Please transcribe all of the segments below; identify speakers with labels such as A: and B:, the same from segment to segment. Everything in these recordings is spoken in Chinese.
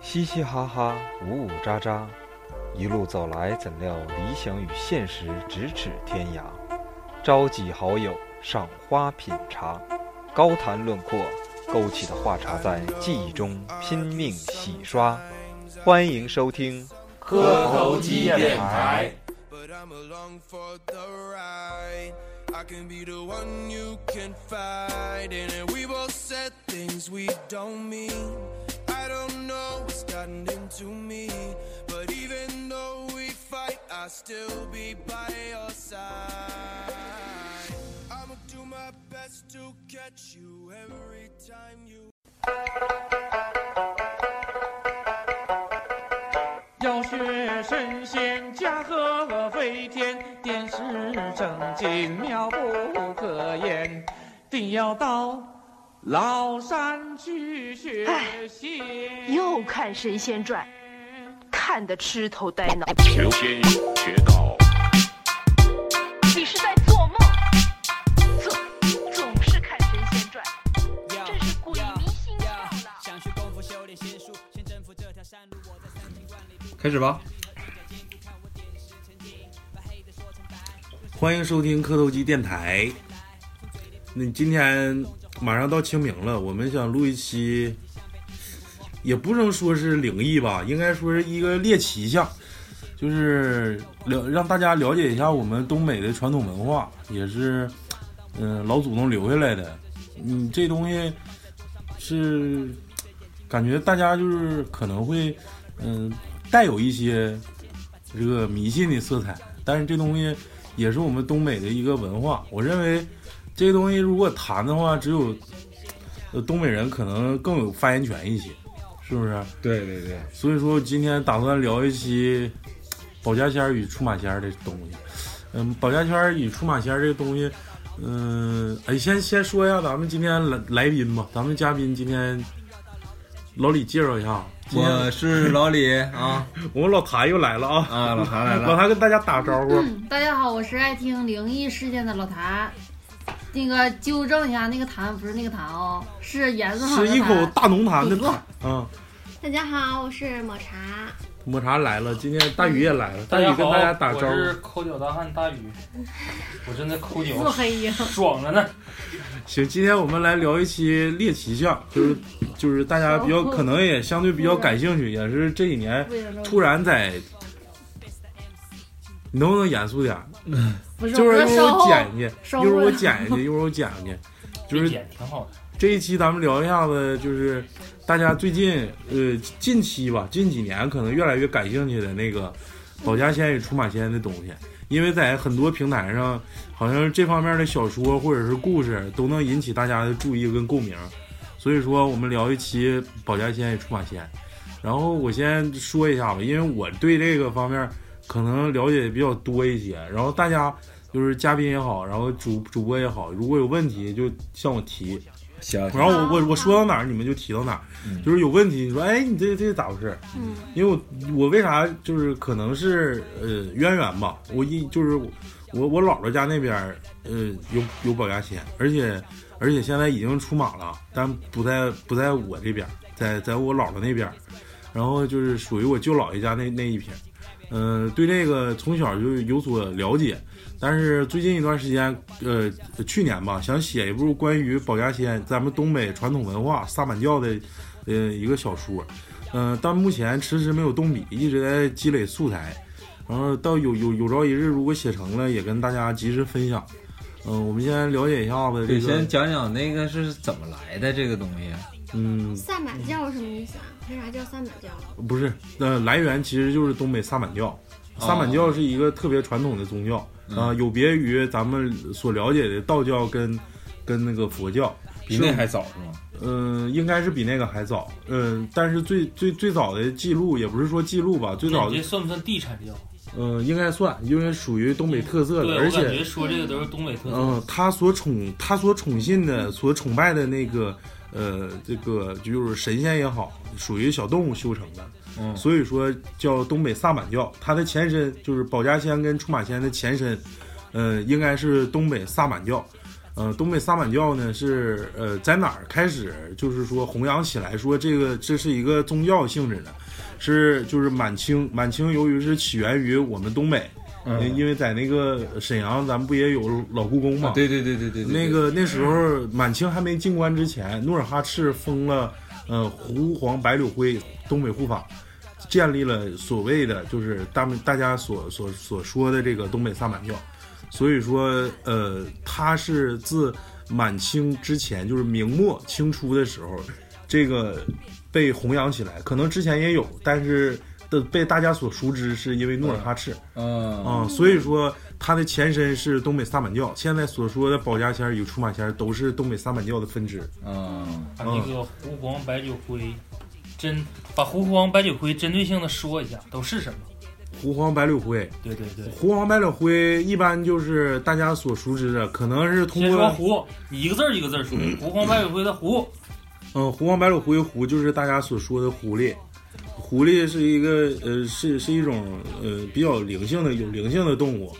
A: 嘻嘻哈哈，呜呜喳喳，一路走来，怎料理想与现实咫尺天涯。召集好友，赏花品茶，高谈论阔，勾起的话茬在记忆中拼命洗刷。欢迎收听，
B: 磕头机电台。
C: But I'm along for the ride. I can be the one you can find. And then we both said things we don't mean. I don't know what's gotten into me. But even though we fight, I'll still be by your side. I'ma do my best to catch you every time you.
B: 要学神仙驾鹤飞天，点石成金妙不可言，定要到崂山去学习。
D: 又看《神仙传》，看得痴头呆脑。
E: 求仙学道，
D: 你是在做梦？总总是看《神仙传》，真是鬼迷心窍了。
F: 想去功夫修炼仙术，先征服这条山路。我在三清观里度
G: 开始吧！
F: 日夜兼顾，看我点石成金，把黑的说成白。
G: 欢迎收听磕头机电台。那今天马上到清明了，我们想录一期，也不能说是灵异吧，应该说是一个猎奇项，就是了让大家了解一下我们东北的传统文化，也是嗯、老祖宗留下来的。嗯，这东西是感觉大家就是可能会嗯、带有一些这个迷信的色彩，但是这东西。也是我们东北的一个文化。我认为这个东西如果谈的话，只有呃东北人可能更有发言权一些，是不是？
A: 对对对，
G: 所以说我今天打算聊一期保家仙儿与出马仙儿的东西。嗯，保家仙儿与出马仙儿这个东西，嗯、哎，先先说一下咱们今天来来宾吧，咱们嘉宾今天老李介绍一下。今天
H: 我是老李啊
G: 我们老谭又来了啊！
H: 啊，老韩来
G: 老
H: 了。
G: 谭跟大家打招呼。
I: 大家好，我是爱听灵异事件的老谭。那个纠正一下，那个谭不是那个谭哦，是严 字旁
G: 是
I: 的
G: 一口
I: 谭。
G: 大浓痰的
I: 你说
G: 痰啊！
J: 大家好，我是抹茶。
G: 抹茶来了，今天大宇也来了，大宇跟大家打招
K: 我是
G: 呼。
K: 抠脚大汉大宇，我正在抠脚，
I: 腹黑 呀，
K: 爽着呢。
G: 行，今天我们来聊一期猎奇项， 就是就是大家比较可能也相对比较感兴趣，也是这几年
I: 为什么
G: 突然在，你能不能严肃点儿？
I: 不是？
G: 就
I: 我
G: 是
I: 说
G: 一会
I: 稍
G: 儿我
I: 后
G: 剪去，
I: 稍
G: 一
I: 后
G: 会儿我剪去，一会儿我剪去，就
K: 这
G: 是
K: 点挺好的，
G: 这一期咱们聊一下子，就是大家最近呃近期吧，近几年可能越来越感兴趣的那个保家仙与出马仙的东西，因为在很多平台上，好像这方面的小说或者是故事都能引起大家的注意跟共鸣，所以说我们聊一期保家仙与出马仙。然后我先说一下吧，因为我对这个方面可能了解比较多一些，然后大家。就是嘉宾也好，然后主主播也好，如果有问题就向我提，
H: 行，
G: 然后我我我说到哪儿，你们就提到哪儿，就是有问题，你说哎，你这这咋回事？
J: 嗯，
G: 因为我我为啥就是可能是呃渊源吧，我一就是我我我姥姥家那边儿呃有有保家仙，而且而且现在已经出马了，但不在不在我这边儿，在在我姥姥那边儿，然后就是属于我舅姥爷家那那一片儿，嗯、对这个从小就有所了解，但是最近一段时间，呃，去年吧，想写一部关于保家仙咱们东北传统文化萨满教的呃一个小说，嗯、但目前迟迟没有动笔，一直在积累素材，然后到有有有朝一日如果写成了，也跟大家及时分享。嗯、我们先了解一下子这
H: 得
G: 个
H: 先，讲讲那个是怎么来的这个东西。啊
G: 嗯，
J: 萨满教是什么意思啊？为啥叫萨满教？
G: 不是，呃，来源其实就是东北萨满教。
K: 哦
G: 萨满教是一个特别传统的宗教
K: 嗯
G: 啊、有别于咱们所了解的道教跟跟那个佛教，
H: 比那还早是吗？
G: 嗯、应该是比那个还早。嗯、但是最最最早的记录也不是说记录吧，最
K: 那
G: 早
K: 你
G: 的
K: 这算不算地产教？
G: 嗯、应该算，因为属于东北特色的，
K: 对，
G: 而
K: 我感觉
G: 且
K: 说这个都是东北特色。
G: 嗯、他所宠他所宠信的、所崇拜的那个呃，这个就是神仙也好，属于小动物修成的。
H: 嗯，
G: 所以说叫东北萨满教，它的前身就是保家仙跟出马仙的前身，呃，应该是东北萨满教，呃，东北萨满教呢是呃在哪儿开始就是说弘扬起来，说这个这是一个宗教性质的，是就是满清满清由于是起源于我们东北。
H: 嗯
G: 因为在那个沈阳，咱们不也有老故宫嘛、
H: 啊对对对对对对
G: 那个那时候满清还没进关之前，努尔哈赤封了呃胡黄白柳灰东北护法，建立了所谓的就是大们大家所所所说的这个东北萨满教，所以说呃，它是自满清之前，就是明末清初的时候，这个被弘扬起来，可能之前也有，但是的被大家所熟知，是因为努尔哈赤。
H: 嗯
G: 啊、所以说它的前身是东北萨满教，现在所说的保家仙儿与出马仙儿都是东北萨满教的分支。
H: 嗯，
K: 把那个胡黄白酒灰，针把胡黄白酒灰针对性的说一下，都是什么？
G: 狐黄白柳灰，
K: 对对对，
G: 狐黄白柳灰一般就是大家所熟知的，可能是通
K: 先说
G: 过
K: 胡，你一个字儿一个字儿说，胡黄白酒灰的胡，
G: 嗯，狐黄白柳灰狐就是大家所说的狐狸，狐狸是一个呃是是一种呃比较灵性的有灵性的动物。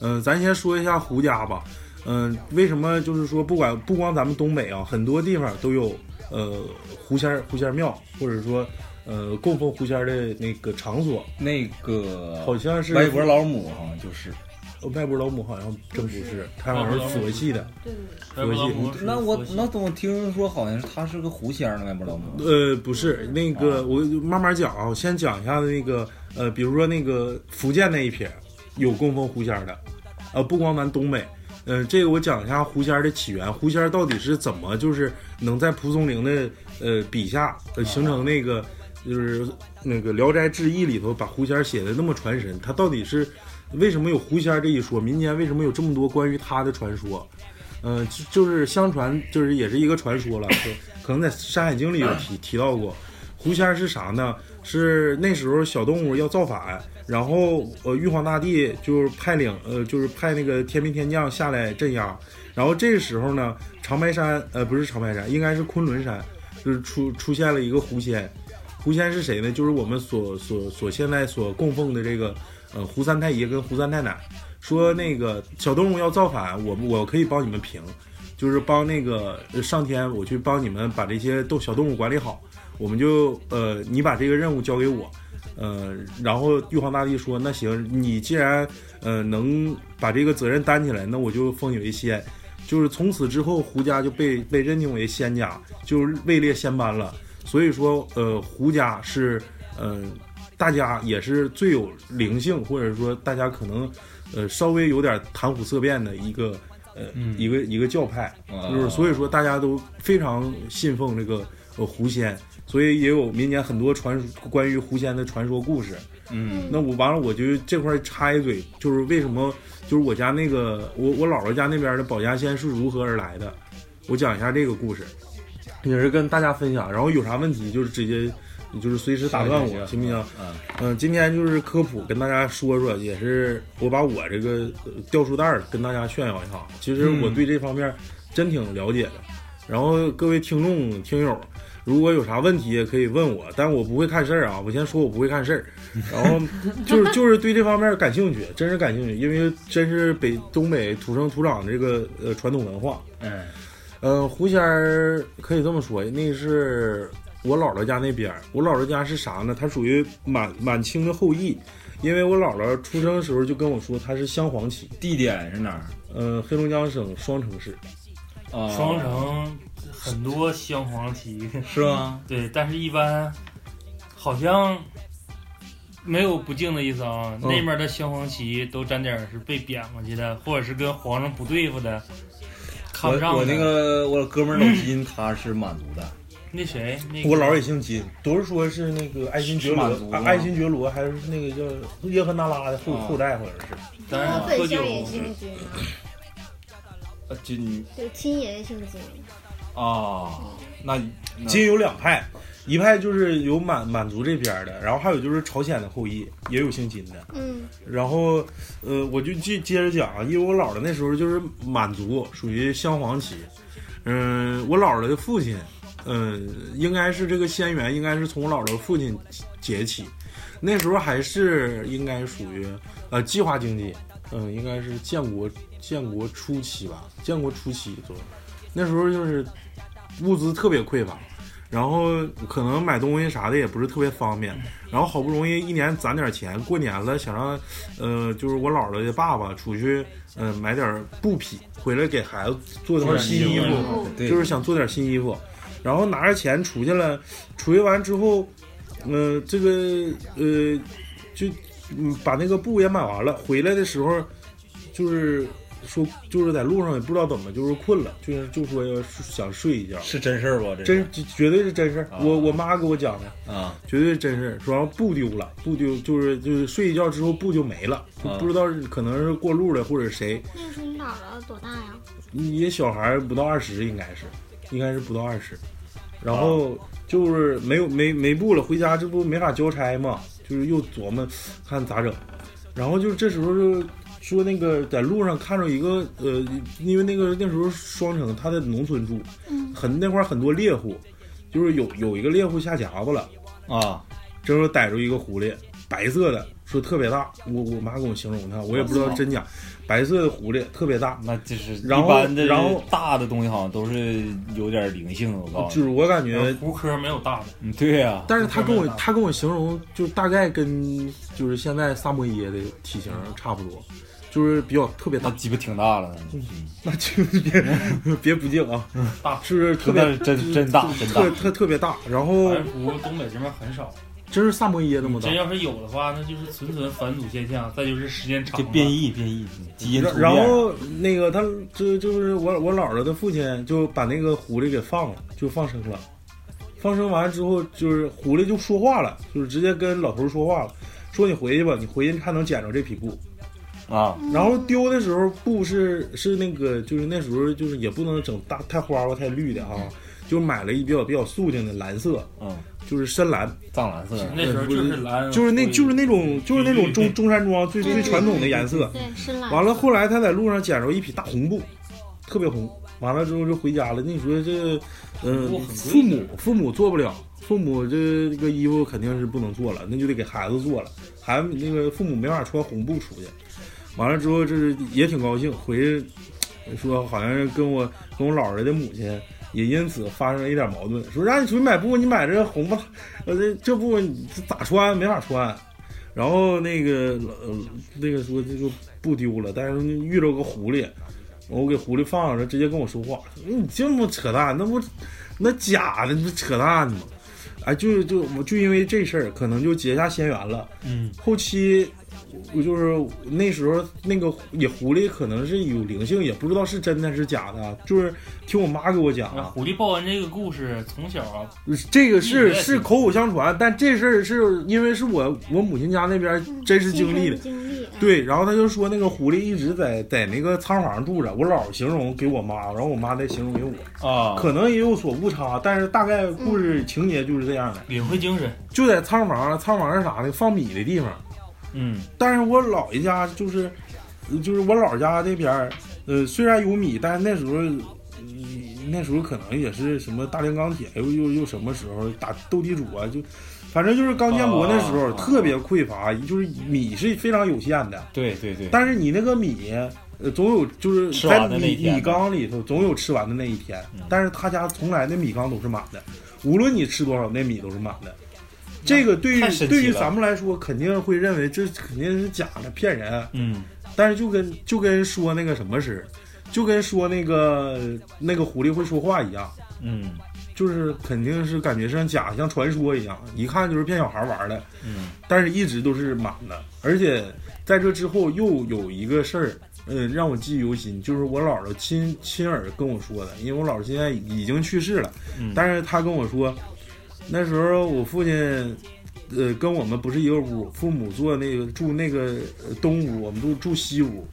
G: 嗯、咱先说一下狐家吧。嗯、为什么就是说不管不光咱们东北啊，很多地方都有呃狐仙儿狐仙儿庙，或者说呃供奉狐仙儿的那个场所。
H: 那个
G: 好像是
H: 歪脖老母好像就是。
G: 呃外国老母好像真不是，他好像是佛系的。
H: 对
G: 佛系。
H: 那我那我听说好像是他是个狐仙儿呢，外边老母。
G: 呃，不是那个，我慢慢讲啊，我先讲一下那个，呃，比如说那个福建那一撇有供奉狐仙儿的，呃，不光咱东北，嗯、这个我讲一下狐仙儿的起源，狐仙儿到底是怎么就是能在蒲松龄的呃笔下、呃、形成那个就是那个《聊斋志异》里头把狐仙儿写的那么传神，他到底是为什么有狐仙儿这一说？民间为什么有这么多关于他的传说？嗯，就就是相传，就是也是一个传说了，可可能在《山海经》里有提提到过。狐仙儿是啥呢？是那时候小动物要造反，然后呃，玉皇大帝就是派领呃，就是派那个天兵天将下来镇压。然后这时候呢，长白山呃不是长白山，应该是昆仑山，就是出出现了一个狐仙。狐仙是谁呢？就是我们所所所现在所供奉的这个呃胡三太爷跟胡三太奶，说那个小动物要造反，我我可以帮你们平，就是帮那个呃上天，我去帮你们把这些动小动物管理好，我们就呃你把这个任务交给我。呃，然后玉皇大帝说：“那行，你既然呃能把这个责任担起来，那我就封你为仙。”就是从此之后，胡家就被被认定为仙家，就是位列仙班了。所以说，呃，胡家是，呃，大家也是最有灵性，或者说大家可能，呃，稍微有点谈虎色变的一个，呃，
H: 嗯
G: 一个一个教派，
H: 哦
G: 就是所以说大家都非常信奉这个呃狐仙，所以也有民间很多传关于狐仙的传说故事。
H: 嗯
G: 那我完了，我就这块儿插一嘴，就是为什么，就是我家那个我我姥姥家那边的保家仙是如何而来的，我讲一下这个故事，也是跟大家分享。然后有啥问题就是直接，就是随时打断
H: 行
G: 我，
H: 行
G: 行不行？
H: 嗯
G: 嗯，今天就是科普，跟大家说说，也是我把我这个呃掉书袋儿跟大家炫耀一下。啊其实我对这方面真挺了解的。然后各位听众听友，如果有啥问题也可以问我，但我不会看事儿啊。我先说我不会看事儿，然后就是就是对这方面感兴趣，真是感兴趣，因为真是北东北土生土长的这个呃传统文化。
H: 嗯
G: 呃，狐仙儿可以这么说，那是我姥姥家那边儿。我姥姥家是啥呢？它属于满满清的后裔，因为我姥姥出生的时候就跟我说她是镶黄旗。
H: 地点是哪儿？
G: 呃，黑龙江省双城市。
H: 啊
K: 双城很多镶黄旗
H: 是吗？
K: 对，但是一般好像没有不敬的意思啊。
H: 嗯
K: 那面的镶黄旗都沾点儿是被贬过去的，或者是跟皇上不对付的，看
H: 我
K: 不上的
H: 我那个我哥
K: 嗯
H: 们儿老金他是满族的，
K: 那谁，那
G: 我姥儿也姓金，都是说是那个爱新觉
H: 是满族
G: 罗，
H: 吗
G: 啊爱新觉罗还是那个叫耶和那拉的后
H: 啊
G: 后代，好像是。
K: 当然
J: 我本乡也姓金，
H: 呃金
J: 就亲爷爷姓金，
H: 啊，那
G: 金有两派，一派就是有满满族这边儿的，然后还有就是朝鲜的后裔也有姓金的。
J: 嗯，
G: 然后，呃，我就接接着讲啊，因为我姥姥那时候就是满族，属于镶黄旗。嗯、我姥姥的父亲，嗯、应该是这个仙源，应该是从我姥姥父亲结起。那时候还是应该属于呃计划经济，嗯，应该是建国建国初期吧，建国初期左右，那时候就是物资特别匮乏，然后可能买东西啥的也不是特别方便，然后好不容易一年攒点钱，过年了想让，呃，就是我姥姥的爸爸出去，嗯、买点布匹回来给孩子做点新衣
H: 哦
G: 服，啊
H: 对
G: 就是想做点新衣服，然后拿着钱出去了，出去完之后，嗯、这个呃，就嗯把那个布也买完了，回来的时候就是说就是在路上也不知道怎么就是困了，就是就说要想睡一觉，
H: 是真事儿吧？这
G: 真绝对是真事儿、我我妈给我讲的
H: 啊，
G: 绝对是真事儿。说然后布丢了，布丢就是就是睡一觉之后布就没了，就
H: 啊
G: 不知道是可能是过路的或者谁，
J: 那个时候你姥姥多大呀？
G: 也小孩儿不到二十应该是，应该是不到二十，然后
H: 啊
G: 就是没有没没布了，回家这不没法交差嘛，就是又琢磨看咋整，然后就这时候就说那个在路上看着一个呃，因为那个那时候双城他在农村住，
J: 嗯
G: 很那块儿很多猎户，就是有有一个猎户下夹子了啊，这时候逮住一个狐狸，白色的，说特别大，我我妈跟我形容它，我也不知道真假，白色的狐狸特别大，
L: 那就是
G: 然后
L: 一般的
G: 然后
L: 大的东西好像都是有点灵性，我告诉
G: 就
L: 你。
G: 是我感觉
K: 胡科没有大的，
L: 嗯，对呀、
G: 但是他跟我他跟我形容，就大概跟就是现在萨摩耶的体型差不多，就是比较特别大，嗯
L: 鸡巴挺大了，
G: 那就别 别不敬啊，是不是特
L: 那
G: 别
L: 是真真大真大哎
G: 特特特别大，然后
K: 反正东北这边很少。
G: 真是萨摩耶那么大
K: 真，要是有的话，那就是纯纯返祖现象，再就是时间长
L: 就
K: 了
L: 变异变异，基因突变。
G: 然后那个他就就是我我姥姥的父亲就把那个狐狸给放了，就放生了。放生完之后，就是狐狸就说话了，就是直接跟老头说话了，说你回去吧，你回去看能捡着这匹布。
L: 啊，
G: 然后丢的时候布是是那个就是那时候就是也不能整大太花吧太绿的啊，就买了一比较比较素净的蓝色，
L: 嗯，
G: 就是深蓝，
L: 藏蓝色
K: 那时候就是蓝
G: 就是那
K: 灰
G: 就是那种就是那种中中山装最
J: 对
G: 最传统的颜色。
J: 对，深蓝。
G: 完了，后来他在路上捡着一匹大红布，特别红。完了之后就回家了。那你说这，嗯、
K: 布很贵
G: 父母父母做不了，父母这这个衣服肯定是不能做了，那就得给孩子做了。孩子那个父母没法穿红布出去。完了之后，这是也挺高兴，回去说好像是跟我跟我姥姥的母亲也因此发生了一点矛盾，说让你出去买布，你买这红布，呃这这布你这咋穿没法穿。然后那个老、呃、那个说这个布丢了，但是遇着个狐狸，我给狐狸放上了，直接跟我说话，你这么扯淡，那不那假的，你不扯淡吗？哎，就就我就因为这事儿，可能就结下仙缘了。
K: 嗯，
G: 后期我就是那时候那个也狐狸可能是有灵性，也不知道是真的是假的，啊就是听我妈给我讲啊，
K: 狐狸报恩这个故事，从小啊，
G: 这个是是口口相传，但这事儿是因为是我我母亲家那边
J: 嗯
G: 真实经历的，
J: 经历。啊
G: 对，然后他就说那个狐狸一直在在那个仓房住着，我姥儿形容给我妈，然后我妈再形容给我，
K: 哦
L: 啊，
G: 可能也有所误差，但是大概故
J: 嗯
G: 事情节就是这样的。
K: 领会精神，
G: 就在仓房，仓房是啥呢？放米的地方。
L: 嗯，
G: 但是我姥爷家就是，呃就是我姥家这边儿，呃，虽然有米，但是那时候，嗯那时候可能也是什么大连钢铁，又又又什么时候打斗地主啊，就，反正就是刚建国那时候、
L: 啊
G: 特别匮乏，就是米是非常有限的。
L: 对对对，
G: 但是你那个米，呃，总有就是
L: 吃
G: 在
L: 完的那嗯一
G: 米
L: 天
G: 米缸里头总有吃完的那一天，但是他家从来那米缸都是满的，无论你吃多少，那米都是满的。这个对于
L: 嗯太神奇
G: 对于
L: 了
G: 咱们来说，肯定会认为这肯定是假的，骗人。
L: 嗯，
G: 但是就跟就跟说那个什么似的，就跟说那个那个狐狸会说话一样，
L: 嗯
G: 就是肯定是感觉像假，像传说一样，一看就是骗小孩玩的。
L: 嗯，
G: 但是一直都是满的，而且在这之后又有一个事儿，嗯，让我记忆犹新，就是我姥姥亲亲耳跟我说的，因为我姥姥现在已经去世了，
L: 嗯
G: 但是她跟我说，那时候我父亲，呃，跟我们不是一个屋，父母做那个住那个呃东屋，我们住住西屋，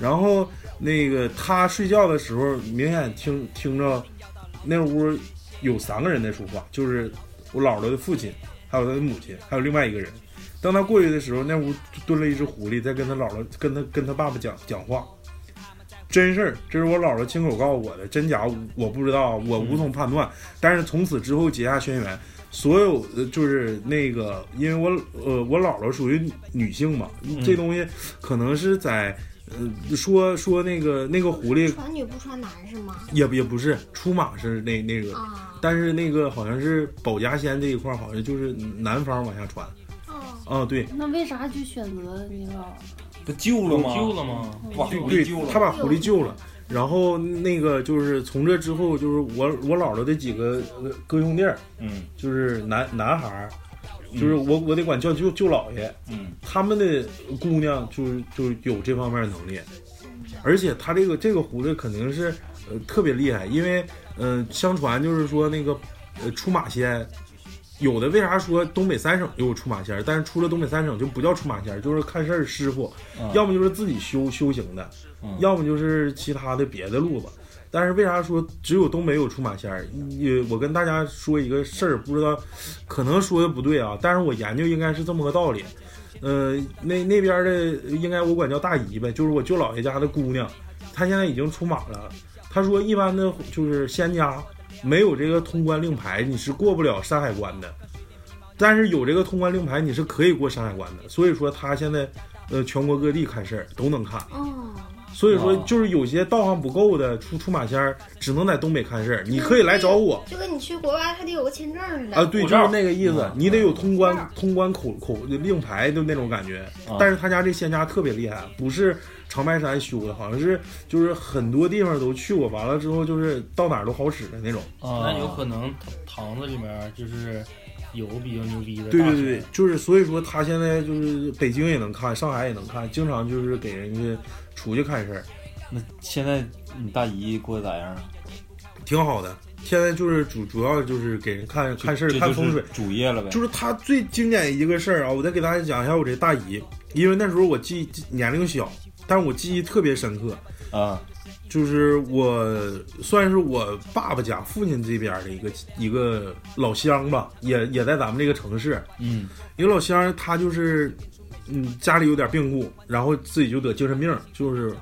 G: 然后那个他睡觉的时候，明显听听着那屋有三个人在说话，就是我姥姥的父亲，还有他的母亲，还有另外一个人。当他过去的时候，那屋蹲了一只狐狸，在跟他姥姥、跟他跟他爸爸讲讲话。真事儿，这是我姥姥亲口告诉我的，真假我不知道，我无从判断。但是从此之后结下轩辕，所有呃就是那个，因为我呃我姥姥属于女性嘛，
I: 嗯
G: 这东西可能是在呃说说那个那个狐狸
J: 传女不传男是吗？
G: 也也不是出马是那那个，
J: 啊
G: 但是那个好像是保家仙这一块儿好像就是南方往下传，啊对，
I: 那为啥去选择那个？
G: 不救
I: 了吗救了吗把
G: 把狐
I: 狐
G: 狸
I: 狸救了
G: 他把狐狸救了。然后那个就是从这之后，就是我我姥姥的几个呃哥兄弟儿，
L: 嗯
G: 就是男男孩儿，就是我我得管叫舅舅姥爷，
L: 嗯
G: 他们的姑娘就是就有这方面能力，而且他这个这个狐狸肯定是呃特别厉害，因为呃相传就是说那个呃出马仙，有的为啥说东北三省就有出马仙儿，但是出了东北三省就不叫出马仙儿，就是看事儿师傅，
L: 嗯
G: 要么就是自己修修行的，
L: 嗯
G: 要么就是其他的别的路子。但是为啥说只有东北有出马仙儿？也我跟大家说一个事儿，不知道可能说的不对啊，但是我研究应该是这么个道理。呃，那那边的应该我管叫大姨呗，就是我舅姥爷家的姑娘，她现在已经出马了。她说一般的就是仙家没有这个通关令牌，你是过不了山海关的。但是有这个通关令牌，你是可以过山海关的。所以说他现在，呃，全国各地看事儿都能看。所以说
J: 哦
G: 就是有些道行不够的出出马仙儿，只能在东北看事儿。你可以来找我
J: 就跟你去国外还得有个签证似的
G: 啊，对，就是那个意思，你得有通关通关口口令牌的那种感觉
L: 啊。
G: 但是他家这仙家特别厉害，不是长白山修的，好像是就是很多地方都去过，完了之后就是到哪儿都好使的那种。
K: 那有可能堂子里面就是有比较牛逼的大
G: 对
K: 神，
G: 对对，就是所以说他现在就是北京也能看，上海也能看，经常就是给人家出去看事儿。
L: 那现在你大姨过得咋样啊？
G: 挺好的，现在就是主主要就是给人看看事儿、
L: 这
G: 看风
L: 这
G: 水，
L: 就是主业了呗。
G: 就是他最经典的一个事儿啊，我再给大家讲一下我这大姨，因为那时候我记记年龄小，但是我记忆特别深刻。
L: 啊，
G: 就是我算是我爸爸家父亲这边的一个一个老乡吧，也也在咱们这个城市。
L: 嗯
G: 一个老乡儿他就是，嗯，家里有点病故，然后自己就得精神病，就是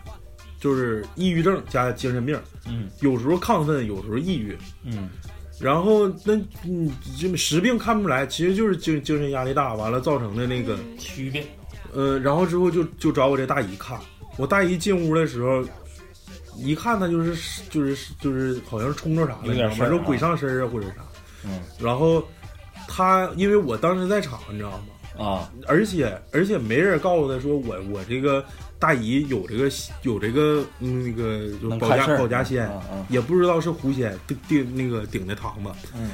G: 就是抑郁症加精神病，
L: 嗯
G: 有时候亢奋，有时候抑郁。
L: 嗯
G: 然后那嗯，就实病看不出来，其实就是精精神压力大，完了造成的那个
K: 区别。
G: 呃，然后之后就就找我这大姨看，我大姨进屋的时候，一看她就是就是就是好像是冲着啥了，
L: 有
G: 你
L: 点
G: 知道
L: 事儿
G: 吗？
L: 啊
G: 说鬼上身啊或者啥。
L: 嗯
G: 然后她因为我当时在场，你知道吗？
L: 啊，
G: 而且而且没人告诉他说我我这个大姨有这个有这个嗯那个就是
L: 能
G: 保
L: 看
G: 家
L: 事儿
G: 保家仙，
L: 啊啊
G: 也不知道是狐仙顶顶那个顶的堂子。
L: 嗯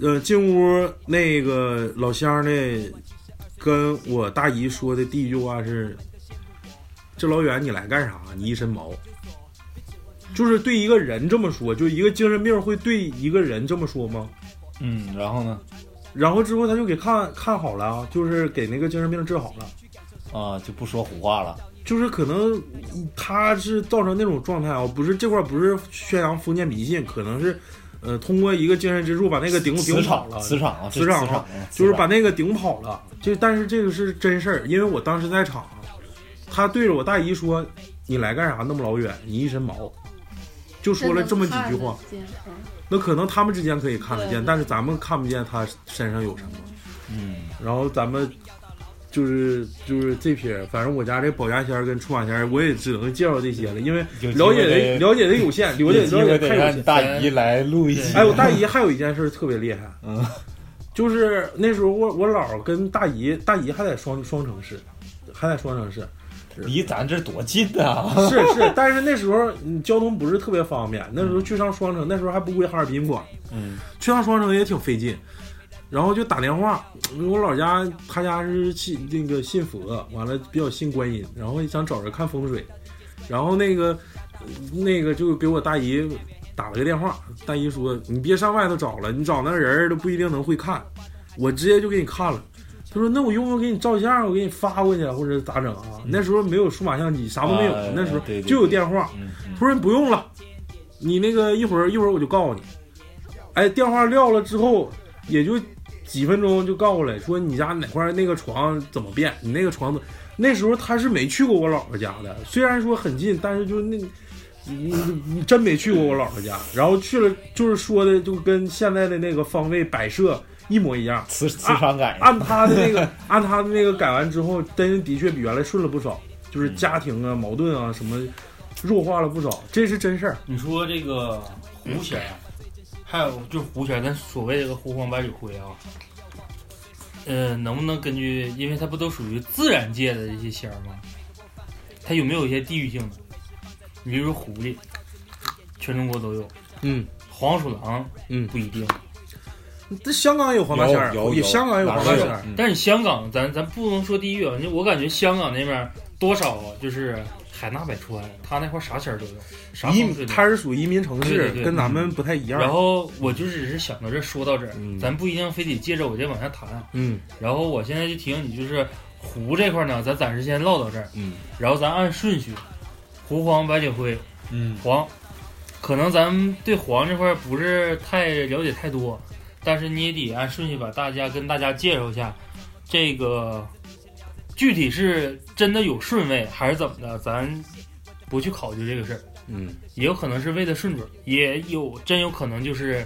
G: 呃，进屋那个老乡呢，跟我大姨说的第一句话是：“这老远你来干啥？你一身毛。”就是对一个人这么说，就一个精神病会对一个人这么说吗？
L: 嗯，然后呢？
G: 然后之后他就给看看好了啊，就是给那个精神病治好了。
L: 啊，就不说胡话了。
G: 就是可能他是造成那种状态啊，不是这块儿不是宣扬封建迷信，可能是，呃，通过一个精神支柱把那个顶
L: 磁
G: 顶跑
L: 场
G: 了，
L: 磁场啊这
G: 磁场
L: 磁场
G: 啊
L: 啊，
G: 就
L: 磁
G: 是
L: 场
G: 把那个顶跑了。这但是这个是真事儿，因为我当时在场，他对着我大姨说：“你来干啥那么老远？你一身毛。”就说了这么几句话，
I: 真能看得见。
G: 那可能他们之间可以看得
I: 对
G: 见，但是咱们看不见他身上有什么。
L: 嗯，
G: 然后咱们就是就是这批人，反正我家这保家仙儿跟出马仙儿，我也只能介绍这些了，因为了解的了解的有限，了解
L: 有机会
G: 了解
L: 得
G: 太有
L: 让
G: 限。
L: 大姨来录一期。
G: 哎，我大姨还有一件事儿特别厉害，
L: 嗯，
G: 就是那时候我我姥儿跟大姨，大姨还在双双城市，还在双城市，
L: 离咱这多近啊！
G: 是 是，但是那时候嗯交通不是特别方便，那时候去上双城，那时候还不归哈尔滨管，
L: 嗯
G: 去趟双城也挺费劲，然后就打电话，我老家他家是信那个信佛，完了比较信观音，然后想找人看风水，然后那个那个就给我大姨打了个电话，大姨说你别上外头找了，你找那人儿都不一定能会看，我直接就给你看了。他说：“那我用不用给你照相？我给你发过去，或者咋整啊？那时候没有数码相机，啥都没有，
L: 嗯哎
G: 那时候
L: 对对对嗯
G: 就有电话。他说：“不用了，你那个一会儿一会儿我就告诉你。”哎，电话撂了之后，也就几分钟就告过来，说你家哪块儿那个床怎么变，你那个床怎么……那时候他是没去过我姥姥家的，虽然说很近，但是就那，你你你真没去过我姥姥家。然后去了，就是说的就跟现在的那个方位摆设一模一样，
L: 磁磁场感应
G: 按他的那个，按他的那个改完之后，真的确比原来顺了不少，就是
K: 嗯
G: 家庭啊、矛盾啊什么，弱化了不少，这是真事儿。
K: 你说这个
G: 嗯
K: 狐仙儿，还有就是狐仙儿，咱所谓这个狐黄白柳灰啊，呃，能不能根据，因为它不都属于自然界的这些仙儿吗？它有没有一些地域性的？你比如说狐狸，全中国都有。
G: 嗯，
K: 黄鼠狼，
G: 嗯，
K: 不一定。
G: 这香港有黄大仙儿，
K: 有有
G: 也
K: 有
G: 香港有黄大仙
K: 哪儿
G: 儿
K: 都有，但是你香港，咱咱不能说地域啊，因为我感觉香港那边儿多少啊就是海纳百川，他那块儿啥仙儿都有，啥
G: 移
K: 风
G: 民
K: 水都有
G: 它是属于移民城
K: 对
G: 市
K: 对，对嗯
G: 跟咱们不太一样。
K: 然后我就只是想到这儿，说到这儿，
G: 嗯
K: 咱不一定非得接着我这往下谈。啊
G: 嗯，
K: 然后我现在就提醒你，就是湖这块儿呢，咱暂时先唠到这儿。
L: 嗯，
K: 然后咱按顺序，狐黄白锦灰，
L: 嗯，
K: 黄，可能咱们对黄这块儿不是太了解太多，但是你也得按顺序把大家跟大家介绍一下，这个具体是真的有顺位还是怎么的，咱不去考究这个事儿。
G: 嗯，
K: 也有可能是为了顺嘴儿，也有真有可能就是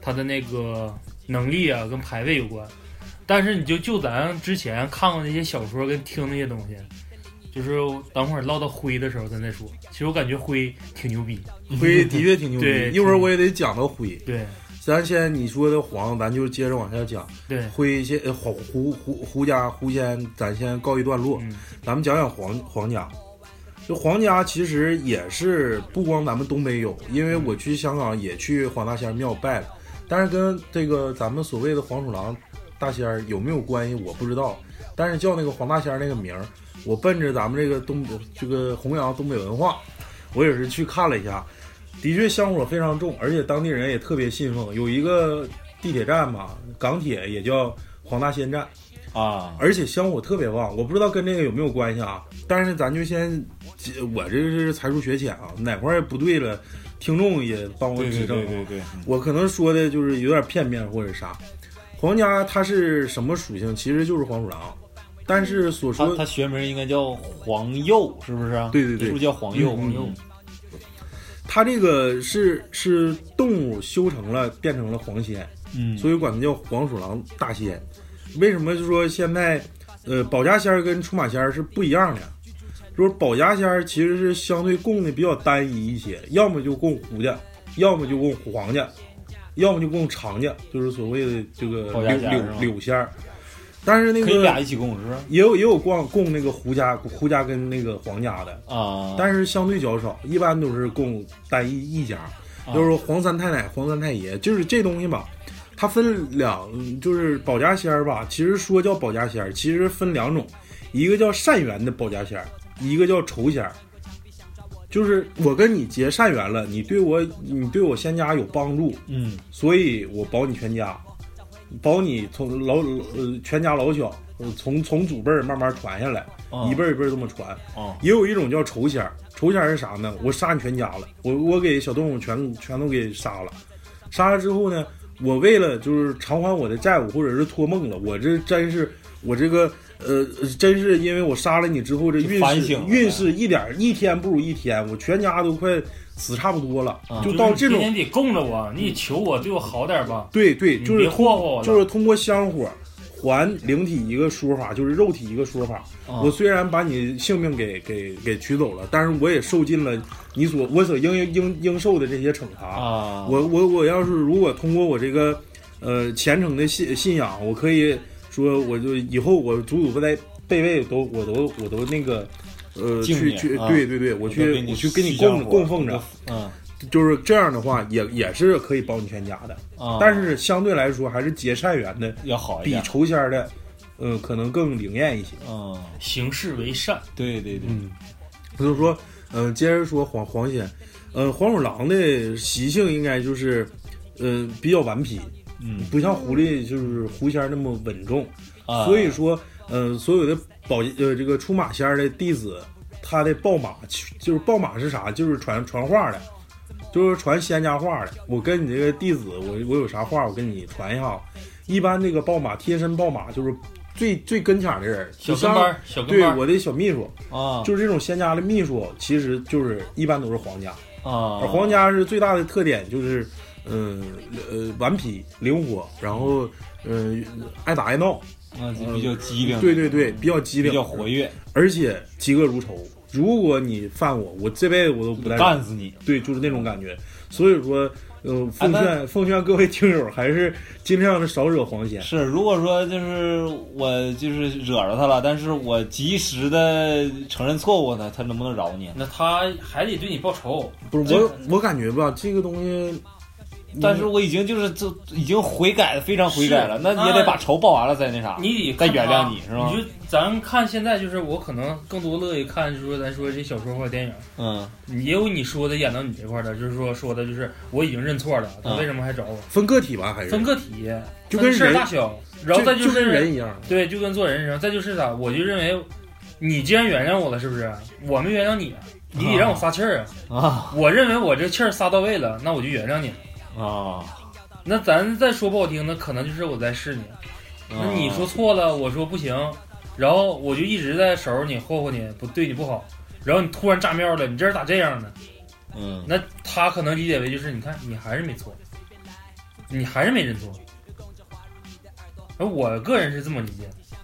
K: 他的那个能力啊跟排位有关。但是你就就咱之前看过那些小说跟听那些东西，就是等会儿唠到灰的时候咱再说。其实我感觉灰挺牛逼，
G: 灰的确挺牛
K: 对嗯
G: 逼，一会儿我也得讲到灰。
K: 对，
G: 咱先你说的黄，咱就接着往下讲。
K: 对
G: 灰先呃黄胡胡胡家胡先，咱先告一段落。咱们讲讲黄黄家。就黄家其实也是不光咱们东北有，因为我去香港也去黄大仙儿庙拜了，但是跟这个咱们所谓的黄鼠狼大仙儿有没有关系我不知道，但是叫那个黄大仙儿那个名儿，我奔着咱们这个东北这个弘扬东北文化，我也是去看了一下，的确香火非常重，而且当地人也特别信奉。有一个地铁站嘛，港铁也叫黄大仙站
L: 啊，
G: 而且香火特别旺。我不知道跟这个有没有关系啊，但是咱就先，我这是才疏学浅啊，哪块儿不对了，听众也帮我
L: 对
G: 指
L: 对
G: 正啊。
L: 对对对，
G: 我可能说的就是有点片面或者啥。皇家它是什么属性？其实就是黄鼠狼，但是所说
B: 啊
L: 它它学名应该叫黄鼬，是不是啊？
G: 对对对
L: 是不是叫黄鼬？
G: 嗯嗯它这个是是动物修成了变成了黄仙，
L: 嗯
G: 所以管它叫黄鼠狼大仙。为什么就说现在，呃，保家仙儿跟出马仙儿是不一样的？就是保家仙儿其实是相对供的比较单一一些，要么就供胡家，要么就供黄家，要么就供常家，就是所谓的这个
L: 保家
G: 柳
L: 仙儿是吗
G: 柳柳仙儿。但是那个
L: 可以俩一起供是吧
G: 也有也有供供那个胡家胡家跟那个黄家的
L: 啊，
G: 但是相对较少，一般都是供单一一家，
L: 啊
G: 就是黄三太奶、黄三太爷，就是这东西吧，它分两，就是保家仙儿吧，其实说叫保家仙儿，其实分两种，一个叫善缘的保家仙儿，一个叫仇仙儿。就是我跟你结善缘了，你对我，你对我仙家有帮助，
L: 嗯，
G: 所以我保你全家，保你从老呃全家老小，呃从从祖辈儿慢慢传下来，
L: 哦
G: 一辈儿一辈儿这么传。
L: 哦
G: 也有一种叫仇仙儿，仇仙儿是啥呢？我杀你全家了，我我给小动物全全都给杀了，杀了之后呢，我为了就是偿还我的债务，或者是托梦了，我这真是我这个呃，真是因为我杀了你之后，这运
L: 反
G: 势
L: 省了
G: 运势一点儿一天不如一天，我全家都快死差不多了，
K: 啊
L: 啊
G: 就到这
K: 你
G: 种
K: 天天得供着我，你得求我，对我好点儿吧。
G: 对对，
K: 你
G: 就是
K: 别
G: 通
K: 霍霍我了
G: 就是通过香火还灵体一个说法，就是肉体一个说法。
K: 啊
G: 我虽然把你性命给给给取走了，但是我也受尽了你所我所应应应受的这些惩罚。
L: 啊
G: 我我我要是如果通过我这个呃虔诚的信信仰，我可以说我就以后我祖祖辈辈辈辈都我都我都那个呃
L: 敬
G: 去
L: 你
G: 去、
L: 啊
G: 对对对，
L: 我
G: 我
L: 都
G: 去
L: 给你
G: 我去给你
L: 续香
G: 供
L: 火
G: 供奉着，
L: 嗯，
G: 就是这样的话，也也是可以保你全家的，
L: 啊
G: 但是相对来说还是结善缘的
L: 要好一
G: 比
L: 点
G: 仇仙儿的，呃，可能更灵验一些。
L: 嗯，
K: 行事为善，
L: 对对对，
G: 嗯，我就说，嗯、接着说黄黄仙，呃，黄鼠狼的习性应该就是，嗯、比较顽皮，
L: 嗯，
G: 不像狐狸就是狐仙儿那么稳重，
L: 啊
G: 所以说，呃，所有的保呃这个出马仙儿的弟子，他的报马就是报马是啥？就是传传话的，就是传仙家话的。我跟你这个弟子，我我有啥话，我跟你传一下。啊一般这个报马贴身报马就是最最跟前儿的人，
K: 小
G: 就像
K: 跟班儿哎小跟
G: 对
K: 班儿
G: 我的小秘书
L: 啊
G: 就是这种仙家的秘书，其实就是一般都是皇家
L: 啊
G: 而呃皇家是最大的特点就是，嗯呃顽皮灵活，然后呃，爱打爱闹，
L: 嗯，比较机灵，
G: 对对对，比较机灵，
L: 比较活跃，
G: 而且嫉恶如仇。如果你犯我，我这辈子我都不带
L: 干死你。
G: 对，就是那种感觉。所以说，呃，
K: 哎
G: 奉劝、
L: 啊那
G: 奉劝各位听友，还是尽量的少惹黄仙。
L: 是，如果说就是我就是惹着他了，但是我及时的承认错误呢，他能不能饶你？
K: 那他还得对你报仇。
G: 不是我，我感觉吧，这个东西，
L: 但是我已经就是就已经悔改，非常悔改了，
K: 是
L: 那也
G: 啊
L: 得把仇报完了再那啥，
K: 你得
L: 再
K: 看
L: 原
K: 他
L: 谅你是吗？
K: 你就咱看现在，就是我可能更多乐意看，就是说咱说这小说或者电影，
L: 嗯，
K: 也有你说的演到你这块儿的，就是说说的就是我已经认错了，他
G: 嗯
K: 为什么还找我？
G: 分个体吧，还是
K: 分个体，
G: 就跟
K: 分事儿
G: 人
K: 大小，然后再
G: 就是跟人一样，
K: 对，就跟做人一样。再就是啥，我就认为你既然原谅我了，是不是？我没原谅你，啊你得让
G: 嗯
K: 我撒气儿
L: 啊！啊
K: 我认为我这气儿撒到位了，那我就原谅你了。
L: 啊，
K: 那咱再说不好听，那可能就是我在试你。那你
G: 哦
K: 说错了，我说不行，然后我就一直在收拾你、霍霍你，不对你不好，然后你突然炸庙了，你这人咋这样呢？
L: 嗯，
K: 那他可能理解为就是，你看你还是没错，你还是没认错。而我个人是这么理解的，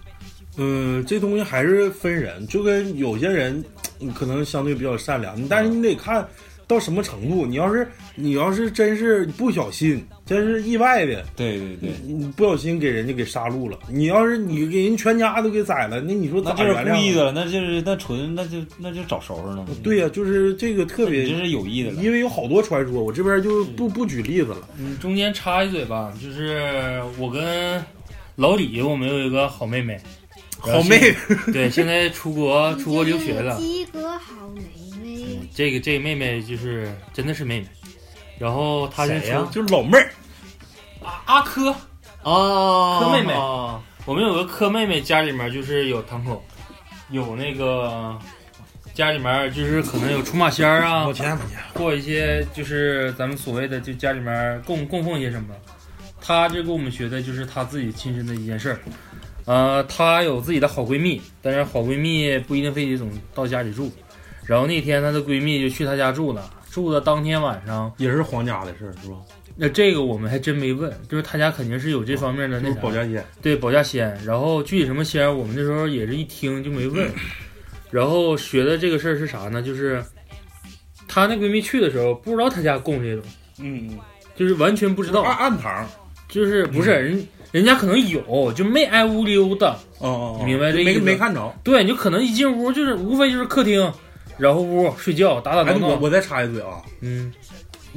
G: 嗯，这东西还是分人，就跟有些人嗯可能相对比较善良，但是你得看到什么程度。你要是你要是真是不小心，真是意外的，
L: 对对对，
G: 你不小心给人家给杀戮了，你要是你给人全家都给宰了，那你说
L: 那
G: 咋
L: 就是
G: 原
L: 故意的
G: 谅啊？
L: 了，那就是那纯那就那就找收拾呢。
G: 对呀、就是这个特别，
L: 你这是有意的了
G: 因为有好多传说，我这边就不不举例子了。
K: 嗯，中间插一嘴吧，就是我跟老李，我们有一个好妹妹，然后
G: 好妹妹
K: 现在，对，现在出国出国留学了，
J: 鸡哥好美味，
K: 这个这个妹妹就是真的是妹妹，然后她是
G: 谁呀 就是
K: 老妹儿，阿阿珂
L: 啊
K: 柯妹妹
L: 啊，
K: 我们有个柯妹妹，家里面就是有堂口，有那个家里面就是可能有出马仙儿啊，
G: 我天我天，
K: 或一些就是咱们所谓的就家里面供供奉一些什么，她就跟我们学的就是她自己亲身的一件事儿。呃，她有自己的好闺蜜，但是好闺蜜不一定非得总到家里住。然后那天她的闺蜜就去她家住了，住的当天晚上
G: 也是皇家的事儿是吧？
K: 那这个我们还真没问，就是他家肯定是有这方面的那
G: 就是啊保家仙，
K: 对保家仙。然后具体什么仙儿，我们那时候也是一听就没问。然后学的这个事儿是啥呢？就是她那闺蜜去的时候不知道她家供这种，
G: 嗯，
K: 就是完全不知道
G: 暗暗堂，
K: 就是不是人人家可能有，就没挨屋溜达。
G: 哦
K: 明白这
G: 没
K: 意思
G: 没看着。
K: 对，你就可能一进屋就是无非就是客厅，然后屋睡觉打打
G: 哎
K: 闹，
G: 我
K: 闹。
G: 我再插一嘴啊，
K: 嗯，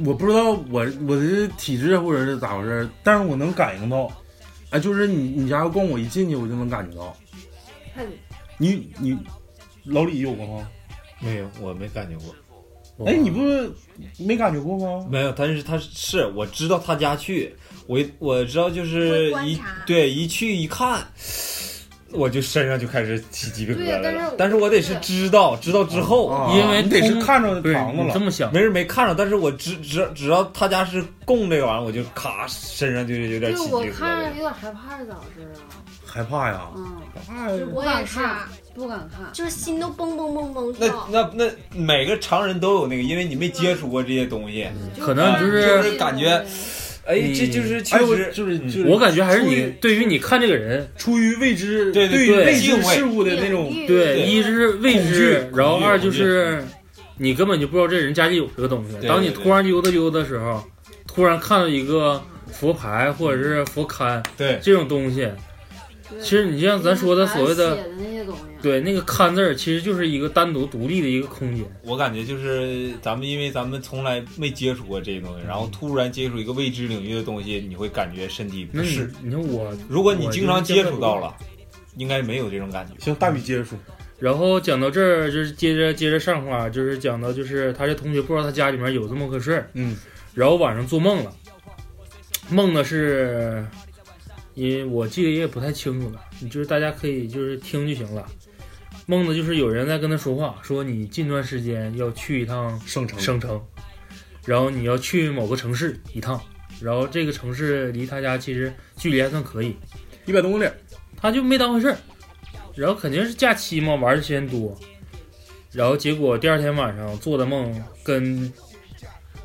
G: 我不知道我我的体质或者是咋回事，但是我能感应到，哎，就是你你家要供我一进去，我就能感觉到。你你老李有过吗？
L: 没有，我没感觉过。
K: 啊
G: 哎，你不是没感觉过吗？
L: 没有，但是他是我知道他家去，我我知道就是一对一去一看，我就身上就开始起鸡皮疙瘩
K: 对但是
L: 了
K: 我。
L: 但是我得是知道，知道之后，
K: 哦
G: 啊
K: 因为
L: 你得是
K: 通
L: 看着
K: 不是
L: 房子
K: 你
L: 了。
K: 这么想，
L: 没人没看着，但是我知知只要他家是供这个玩意儿，我就咔身上就有点
I: 就是
L: 起鸡皮
I: 我
L: 疙瘩。
I: 看着有点害怕，咋回事啊？
G: 害怕呀？
I: 嗯，
J: 就是
I: 不
J: 我
I: 敢
J: 也是，
I: 看，不敢看，
J: 就是心都蹦蹦蹦蹦
L: 那
J: 跳。
L: 那那每个常人都有那个，因为你没接触过这些东西，
K: 可能就是
L: 就是感觉，哎，这就是确实
G: 就是
L: 就是
K: 嗯我感觉还是
L: 出
K: 你
L: 于
K: 对于你看这个人，
G: 出于未知，
K: 对
G: 对于
K: 对
G: 未知事物的那种
K: 对，一是未知
G: 恐，惧
K: 然后
G: 恐惧
K: 二就是你根本就不知道这人家里有这个东西。
G: 对
K: 当你
G: 对对
K: 突然溜达溜达的时候，突然看到一个佛牌或者是佛龛，
L: 对
K: 这种东西，其实你就像咱说的所谓的
I: 写的那些东西，啊
K: 对那个“龛”字儿，其实就是一个单独独立的一个空间。
L: 我感觉就是咱们，因为咱们从来没接触过这些
K: 嗯
L: 东西，然后突然接触一个未知领域的东西，你会感觉身体不
K: 那你
L: 适。
K: 你看我，
L: 如果你经常接触到
K: 我
L: 了，应该没有这种感觉。
G: 行，大米接触。
K: 然后讲到这儿，就是接着接着上话，就是讲到就是他这同学不知道他家里面有这么个事儿，
G: 嗯，
K: 然后晚上做梦了，梦的是，因为我记得也不太清楚了，就是大家可以就是听就行了。梦的就是有人在跟他说话，说你近段时间要去一趟
G: 省城
K: 省城，然后你要去某个城市一趟，然后这个城市离他家其实距离还算可以，
G: 一百多公里，
K: 他就没当回事儿，然后肯定是假期嘛，玩的时间多，然后结果第二天晚上做的梦跟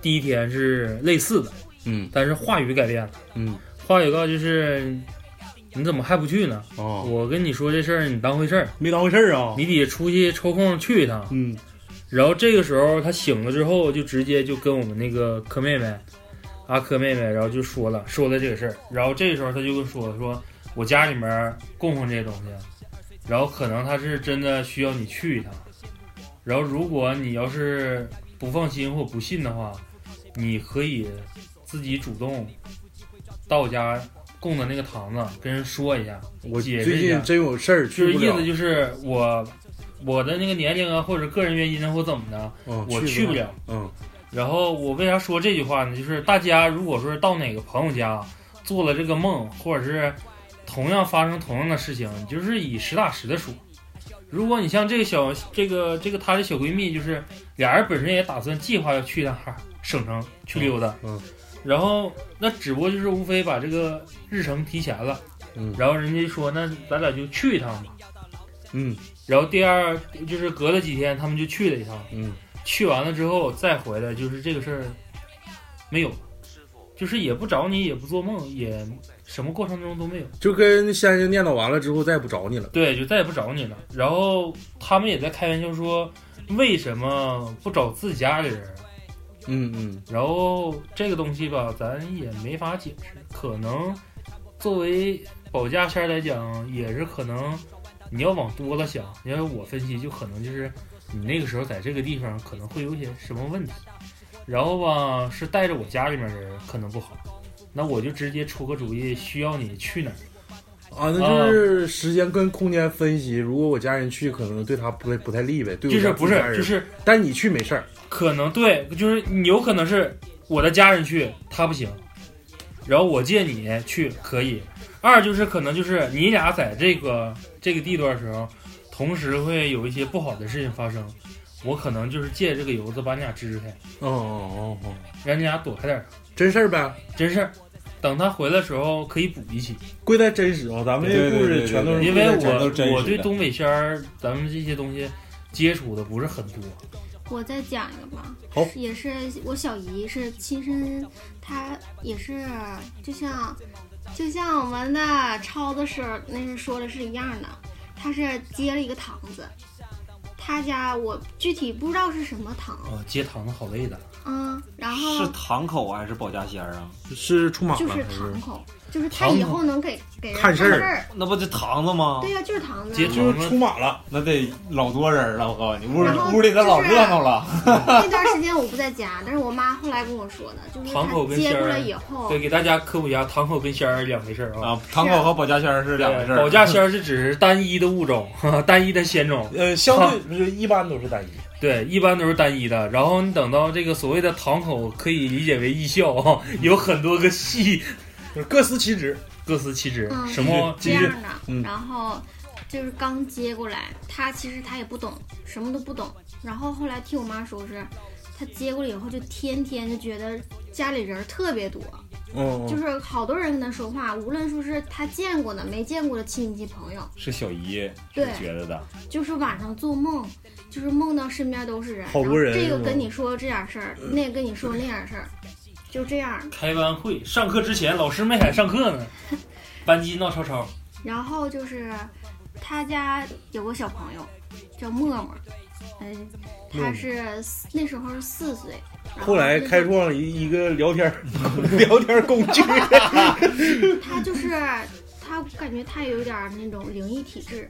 K: 第一天是类似的，
G: 嗯
K: 但是话语改变了，
G: 嗯，
K: 话语告就是你怎么还不去呢？
G: 哦，
K: 我跟你说这事儿，你当回事儿
G: 没当回事儿啊？
K: 你得出去抽空去一趟。
G: 嗯，
K: 然后这个时候他醒了之后，就直接就跟我们那个柯妹妹，阿珂妹妹，然后就说了说了这个事儿。然后这个时候他就跟说说，我家里面供奉这些东西，然后可能他是真的需要你去一趟。然后如果你要是不放心或不信的话，你可以自己主动到我家供的那个堂子跟人说一下，
G: 我
K: 解
G: 最
K: 释一下
G: 近真有事儿
K: 就
G: 去
K: 是
G: 不
K: 意
G: 了
K: 思就是我我的那个年龄啊，或者个人原因啊，或怎么的，
G: 嗯
K: 我
G: 去
K: 去
G: 不
K: 不
G: 了
K: 了。
G: 嗯。
K: 然后我为啥说这句话呢？就是大家如果说到哪个朋友家做了这个梦，或者是同样发生同样的事情，你就是以实打实的说。如果你像这个小这个这个她的小闺蜜，就是俩人本身也打算计划要去趟哈省城去溜达，
G: 嗯，
K: 然后那只不过就是无非把这个日程提前了，
G: 嗯
K: 然后人家说那咱俩就去一趟吧，
G: 嗯，
K: 然后第二就是隔了几天，他们就去了一趟。
G: 嗯，
K: 去完了之后再回来，就是这个事儿没有，就是也不找你，也不做梦，也什么过程中都没有。
G: 就跟先生念叨完了之后，再也不找你了。
K: 对，就再也不找你了。然后他们也在开玩笑说，为什么不找自己家里人？
G: 嗯嗯，
K: 然后这个东西吧，咱也没法解释，可能作为保家仙儿来讲，也是可能你要往多了想，因为我分析就可能就是你那个时候在这个地方可能会有些什么问题，然后吧是带着我家里面人可能不好，那我就直接出个主意，需要你去哪儿
G: 啊，那就是时间跟空间分析。如果我家人去，可能对他不太不太利呗。对我
K: 就是
G: 家
K: 不是
G: 家人
K: 就是，
G: 但你去没事儿。
K: 可能对，就是你有可能是我的家人去，他不行，然后我借你去可以。二就是可能就是你俩在这个这个地段的时候，同时会有一些不好的事情发生，我可能就是借这个由子把你俩支开，
G: 哦哦哦哦，
K: 让你俩躲开点儿。
G: 真事儿呗，
K: 真事儿。等他回来的时候可以补一期，
G: 贵在真实啊！咱们这故事嗯全都是
K: 因为
G: 贵在真实
K: 我我
G: 的
K: 对东北仙儿咱们这些东西接触的不是很多，
J: 我再讲一个吧，
K: 好
J: 也是我小姨是亲身，她也是就像就像我们的超子是那是说的是一样的，她是接了一个堂子，她家我具体不知道是什么堂，
K: 啊，接堂子好累的。
J: 嗯，然
L: 是
J: 后
L: 堂口啊还是保家仙儿啊？
G: 是出马
J: 就是堂口，就是她以后能给给人
L: 看
J: 事儿，，
L: 那不就堂子吗？
J: 对呀、就是堂子，
L: 就是出马了，那得老多人了。我告诉你，屋
J: 然后
L: 屋里得老热闹了。
J: 那段时间我不在家，但是我妈后来跟我说的，就是
K: 堂口
J: 她
K: 跟
J: 接
K: 仙
J: 过
K: 儿
J: 来以后，
K: 对，给大家科普一下，堂口跟仙儿两回事儿啊。
L: 堂口和保家仙儿是两回事儿
K: 对保家仙儿是指单一的物种， 哈哈单一的仙种。
G: 呃，相对不是一般都是单一。
K: 对，一般都是单一的。然后你等到这个所谓的堂口，可以理解为艺校 啊，有很多 个系，
G: 各司其职，
K: 各司其职。
J: 嗯，
K: 什么
J: 这样
L: 嗯
J: 的，然后就是刚接过来，他其实他也不懂，什么都不懂。然后后来听我妈说是，他接过来以后就天天就觉得家里人特别多，
G: 哦
L: 嗯
J: 就是好多人跟他说话，无论说是他见过的、没见过的亲戚朋友，
L: 是小姨
J: 对
L: 是觉得的，
J: 就是晚上做梦，就是梦到身边都是人，
L: 好多人
J: 然后这
L: 是
J: 个
L: 吗
J: 跟你说这点事儿，那个跟你说那点事儿，就这样。
K: 开班会，上课之前老师没喊上课呢，班级闹吵吵。
J: 然后就是他家有个小朋友叫默默，嗯，
G: 哦
J: 他是四那时候是四岁，然
G: 后来
J: 那
G: 开创了一一个聊天 儿聊天儿工具。
J: 他就是他感觉他有点儿那种灵异体质，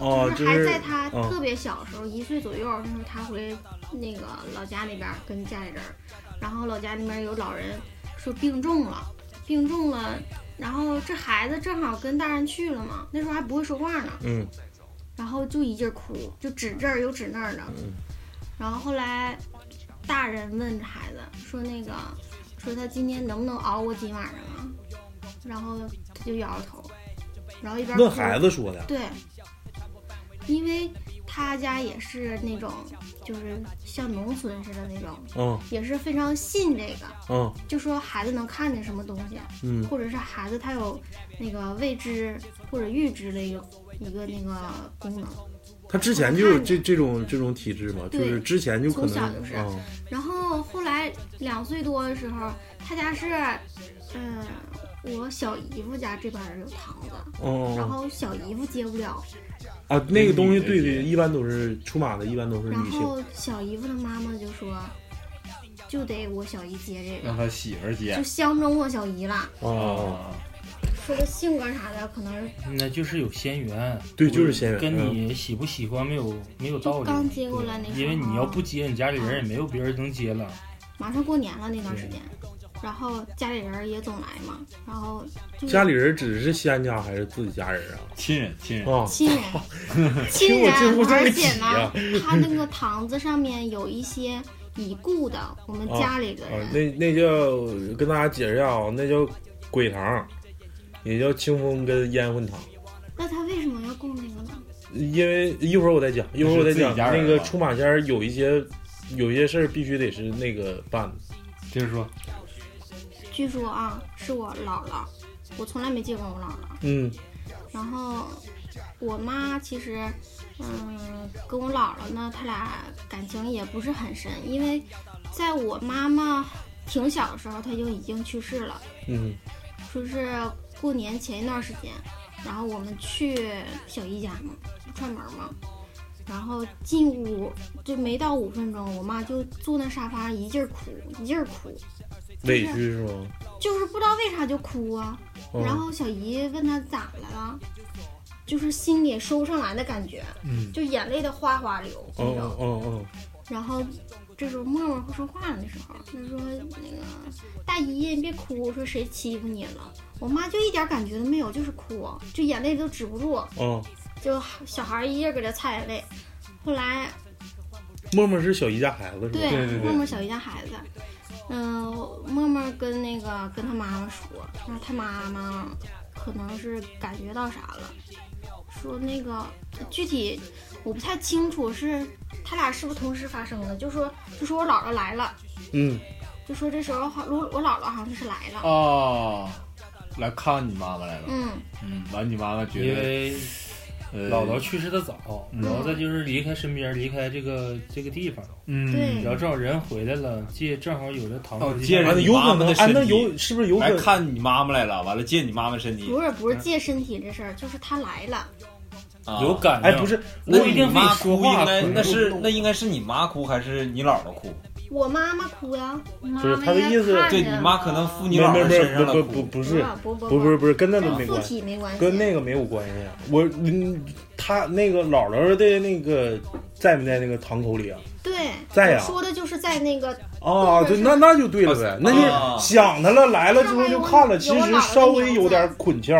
G: 哦，
J: 就是
G: 就
J: 还
G: 是
J: 在他
G: 嗯
J: 特别小的时候，一岁左右，那时候他回那个老家那边儿跟家里人儿，然后老家那边儿有老人说病重了，病重了，然后这孩子正好跟大人去了嘛，那时候还不会说话呢，
G: 嗯
J: 然后就一劲儿哭，就指这儿又指那儿的。然后后来大人问这孩子说：“那个，说他今天能不能熬过今晚上啊？”然后他就摇摇头，然后一边
G: 问
J: 哭
G: 孩子说的
J: 对，因为他家也是那种就是像农村似的那种，
G: 嗯
J: 也是非常信这个，
G: 嗯
J: 就说孩子能看见什么东西，
G: 嗯
J: 或者是孩子他有那个未知或者预知的一个一个那个功能。
G: 他之前就有这这种这种体质嘛，就
J: 对
G: 是之前就可
J: 从小
G: 能
J: 就是
G: 嗯
J: 然后后来两岁多的时候，他家是，嗯、我小姨夫家这边儿有堂子，
G: 哦
J: 然后小姨夫接不了，
G: 啊，那个
L: 嗯
G: 东西对对，一般都是出马的，一般都是
J: 然
G: 女性。
J: 后小姨夫的妈妈就说，就得我小姨接这
L: 让
J: 个，
L: 他媳妇儿接
J: 就相中我小姨了，
G: 哦，
J: 说个性格啥的可能
K: 那就是有仙缘，
G: 对就是仙缘嗯
K: 跟你喜不喜欢没有没有道理。
J: 刚接过来那啊时候
K: 因为你要不接，你家里人也没有别人能接了。
J: 马上过年了那段时间，然后家里人儿也总来嘛，然后就是
G: 家里人指的是西安家还是自己家人啊？
L: 亲人，亲人
G: 啊，
J: 亲人亲
G: 听我
J: 人
G: 这屋，这啊
J: 而
G: 个
J: 且
G: 挤
J: 呢
G: 呀，
J: 他那个堂子上面有一些已故的我们嗯家里的
G: 啊
J: 人，
G: 啊那那叫跟大家解释一下啊，那叫鬼堂，也叫清风跟烟魂堂。
J: 那他为什么要供那个呢？
G: 因为一会儿我再讲，一会儿我再
L: 自己
G: 讲
L: 家人
G: 那个
L: 啊
G: 出马仙儿有一些有一些事儿必须得是那个办的。
L: 接着说，
J: 据说啊，是我姥姥，我从来没见过我姥姥。
G: 嗯
J: 然后我妈其实，嗯，跟我姥姥呢，他俩感情也不是很深，因为在我妈妈挺小的时候，她就已经去世了。
G: 嗯
J: 说是过年前一段时间，然后我们去小姨家嘛，串门嘛，然后进屋就没到五分钟，我妈就坐那沙发一劲儿哭，一劲儿哭，
G: 委屈是吗？
J: 就是不知道为啥就哭啊。
G: 嗯
J: 然后小姨问她咋了啦，就是心里收不上来的感觉，
G: 嗯
J: 就眼泪的哗哗流
G: 哦
J: 那种。
G: 哦哦
J: 然后这时候默默不说话了，那时候她说那个大姨你别哭，说谁欺负你了？我妈就一点感觉都没有，就是哭，就眼泪都止不住，
G: 哦哦，
J: 就小孩一劲搁这擦眼泪。后来
G: 默默是小姨家孩子是吧？
J: 默默小姨家孩子，嗯、默默跟那个跟他妈妈说，然后他妈妈可能是感觉到啥了，说那个具体我不太清楚是他俩是不是同时发生的，就说就说我姥姥来了，
G: 嗯
J: 就说这时候好我我姥姥好像是来了，
L: 哦，来看你妈妈来了。
J: 嗯，
L: 嗯，完你妈妈觉得，
K: 因为
L: 呃，
K: 姥姥去世的早，
L: 嗯
K: 然后再就是离开身边，离开这个这个地方。
L: 嗯对
K: 然后正好人回来了，借正好有这堂
L: 哦，
K: 子，
G: 啊
L: 借着你
K: 有
L: 妈妈的身体，
G: 那有是不是有可
L: 来看你妈妈来了？完了借你妈妈身体
J: 不，是不是借身体这事儿，就是他来了，
L: 啊
K: 有感
L: 哎，
K: 应
L: 不是，
K: 那
L: 那
K: 一
L: 你
K: 定
L: 妈
K: 非说
L: 哭
K: 话
L: 应该
K: 哭
L: 那是那应该是你妈哭还是你姥姥哭？
J: 我妈妈哭啊呀，
G: 不是他的意思，
L: 对你妈可能附你
G: 没
L: 姥
G: 没
L: 姥
G: 没
L: 身上了
G: 不
L: 哭
G: 不不是
J: 不不
G: 不不是不是跟那都没
J: 跟
G: 关
J: 附体没关系
G: 跟那个没有关系。我嗯，他那个姥姥的那个在没在那个堂口里啊？
J: 对，
G: 在呀
J: 我说的就是在那个
G: 啊，对，那那就对了呗，那
L: 啊
G: 就是想他了，来了之后就看了，其
J: 上面有
G: 实稍微有点捆窍，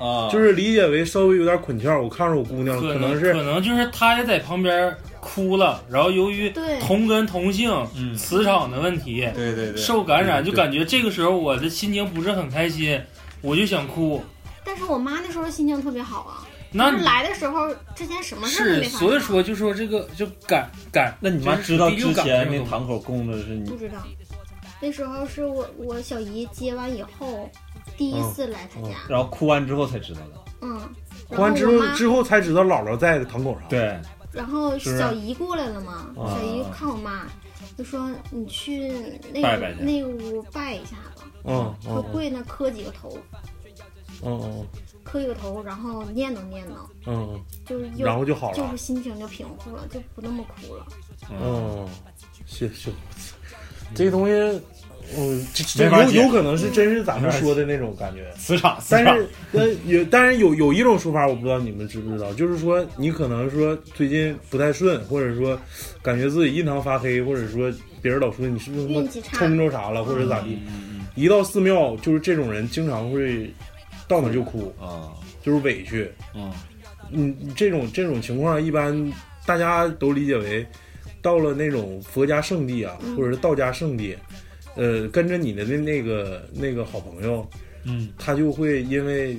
L: 啊，
G: 就是理解为稍微有点捆窍。我看着我姑娘，
K: 可
G: 能是
K: 可能就是他也在旁边哭了，然后由于
J: 对
K: 同根同性、磁场的问题，
L: 嗯对对对
K: 受感染，
L: 对
K: 就感觉这个时候我的心情不是很开心，我就想哭。
J: 但是我妈那时候心情特别好啊，
K: 那
J: 就是
K: 你
J: 来的时候之前什么事儿都
K: 是，
J: 没发生，
K: 所以说就说这个就感感，
L: 那你妈知道之前那堂口供的是
J: 不
L: 你
J: 知道。那时候是我我小姨接完以后，第一次来她家，
L: 然后哭完之后才知道的。
J: 嗯，然
G: 哭完哦之
J: 我
G: 后
J: 妈
G: 之后才知道姥姥在堂口上。
L: 对，
J: 然后
G: 是不是
J: 小姨过来了嘛，
G: 啊
J: 小姨看我妈，就说你去那
G: 拜
J: 个
G: 拜去
J: 那个屋拜一下吧，
G: 嗯
J: 说
G: 嗯
J: 跪那磕几个头，
G: 嗯嗯
J: 磕几个头，然后念叨念叨，
G: 嗯
J: 就是又
G: 然后就好了
J: 就是心情就平复了，就不那么哭了。
G: 嗯嗯，谢谢。这个东西，嗯，这这
L: 没法解
G: 有有可能是真是咱们说的那种感觉，
L: 磁场磁
G: 但
L: 场
G: 是呃，有但是有有一种说法，我不知道你们知不知道，就是说你可能说最近不太顺，或者说感觉自己印堂发黑，或者说别人老说你是不是他妈
J: 运气差
G: 冲着啥了，或者咋
L: 嗯
G: 地，一到寺庙就是这种人经常会到哪就哭
L: 啊，
G: 就是委屈，
L: 嗯，
G: 嗯，这种这种情况一般大家都理解为，到了那种佛家圣地啊，
L: 嗯
G: 或者是道家圣地，呃，跟着你的那那个那个好朋友，
L: 嗯，
G: 他就会因为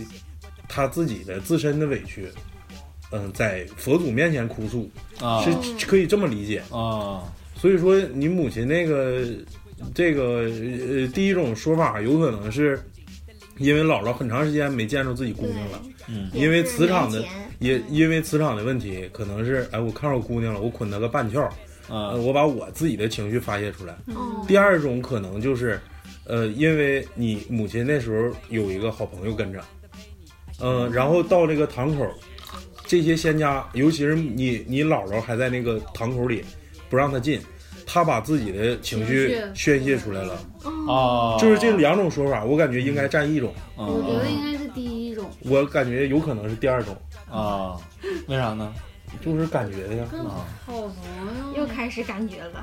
G: 他自己的自身的委屈，嗯、在佛祖面前哭诉，
L: 啊
G: 是可以这么理解
L: 啊。
G: 所以说，你母亲那个这个呃，第一种说法有可能是。因为姥姥很长时间没见着自己姑娘了，
L: 嗯
G: 因为磁场
L: 也
G: 的
L: 是没钱
G: 也因为磁场的问题，可能是哎，我看着我姑娘了，我捆她个半窍，呃
L: 啊、
I: 嗯
G: 我把我自己的情绪发泄出来。
J: 哦
G: 第二种可能就是，呃，因为你母亲那时候有一个好朋友跟着，嗯、然后到这个堂口，这些仙家，尤其是你你姥姥还在那个堂口里，不让他进，他把自己的情
I: 情
G: 绪
I: 绪
G: 宣泄出来了，
K: 嗯
L: 啊
G: 就是这两种说法，我感觉应该占一种，
I: 我觉
G: 哦
I: 得应该是第一种，
G: 我感觉有可能是第二种
L: 啊，为啥呢？
G: 就是感觉的呀，
I: 嗯好朋友
J: 又开始感觉 了。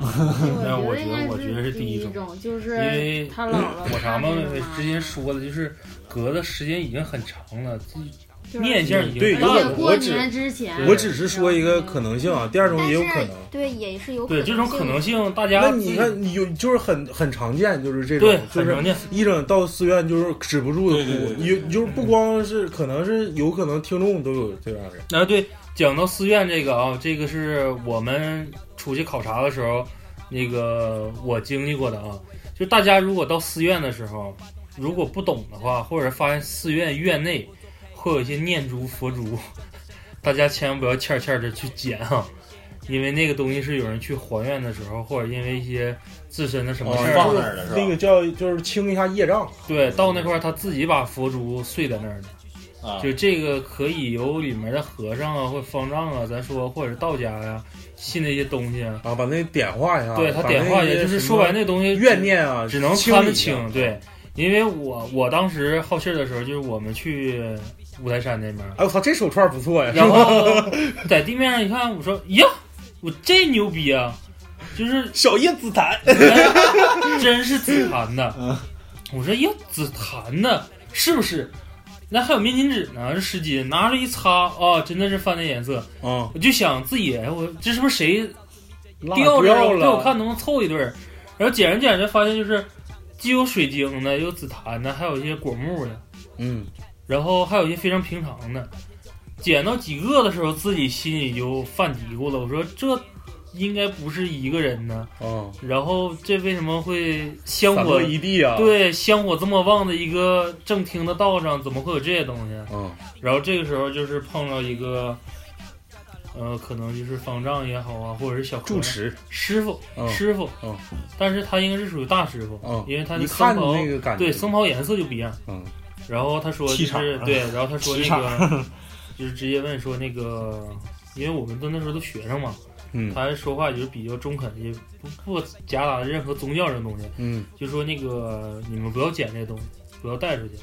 K: 但我觉
I: 应该
K: 得，我觉得是
I: 第
K: 第一
I: 种，就
K: 因
I: 是
K: 为嗯
I: 他姥姥
K: 我啥嘛
I: 他这个妈
K: 之前说的，就是隔的时间已经很长了，自己
I: 对
K: 念想已经
G: 对，有
K: 淡
G: 可
K: 了
G: 能我只
I: 过年之前
G: 我只是说一个可能性啊，第二种也有可能。
J: 对，也是有
K: 对这种可能性，大家
G: 那你看，你有就是很很常见，就是这种，
K: 对
G: 就
K: 很常
G: 是
K: 见
G: 一整到寺院就是止不住的
K: 对对
G: 哭
K: 对，对
G: 你你就是不光是可能是有可能听众都有这样的人，
K: 啊，对，讲到寺院这个啊，这个是我们出去考察的时候，那个我经历过的啊。就大家如果到寺院的时候，如果不懂的话，或者发现寺院院内会有一些念珠、佛珠， 大家千万不要欠儿欠的去捡啊，因为那个东西是有人去还愿的时候，或者因为一些自身的什么事儿、
G: 就是那个叫就是清一下业障，
K: 对，到那块儿他自己把佛珠碎在那儿的，
G: 啊
K: 就这个可以由里面的和尚啊，或者方丈啊，咱说或者道家呀、信那些东西啊，
G: 啊，把那点化一下，
K: 对他点化
G: 一
K: 也就是说白那东西
G: 怨念啊，
K: 只能
G: 清
K: 看得
G: 理一下
K: 清。，对，因为我我当时好信儿的时候，就是我们去五台山那边儿，
G: 哎我操，这手串不错 呀，
K: 然后在地面上一看，我说呀，我这牛逼啊！就是哎
L: 小叶紫檀，嗯
K: 真是紫檀 的。我说呀，紫檀的，是不是？那还有面巾纸呢，这湿巾拿着一擦啊、真的是翻的颜色。
G: 啊，
K: 我就想自己，哎我这是不是谁
G: 落
K: 掉这
G: 掉
K: 儿
G: 了
K: 被我看能不能凑一对儿？然后捡着捡着发现就是既有水晶的，也有紫檀的，还有一些果木的，
G: 嗯，
K: 然后还有一些非常平常的。捡到几个的时候，自己心里就犯嘀咕了，我说这应该不是一个人呢。
G: 啊，
L: 哦
K: 然后这为什么会香
G: 散
K: 火
G: 落一地啊
K: 对，香火这么旺的一个正厅的道上，怎么会有这些东西？啊
G: 嗯，
K: 然后这个时候就是碰到一个，呃，可能就是方丈也好啊，或者是小和尚
G: 住持
K: 师傅，
G: 嗯
K: 师傅，
G: 嗯，
K: 但是他应该是属于大师傅，
G: 嗯
K: 因为他
G: 你
K: 的僧
G: 看
K: 袍
G: 那个感觉
K: 对僧袍颜色就不一样，
G: 嗯，
K: 然后他说就
G: 气场啊
K: 是对，然后他说
G: 气
K: 那
G: 场
K: 个就是直接问说那个，因为我们都那时候都学生嘛，
G: 嗯
K: 他说话就是比较中肯，也不不夹杂任何宗教这种东西，
G: 嗯，
K: 就说那个你们不要捡这东西，不要带出去，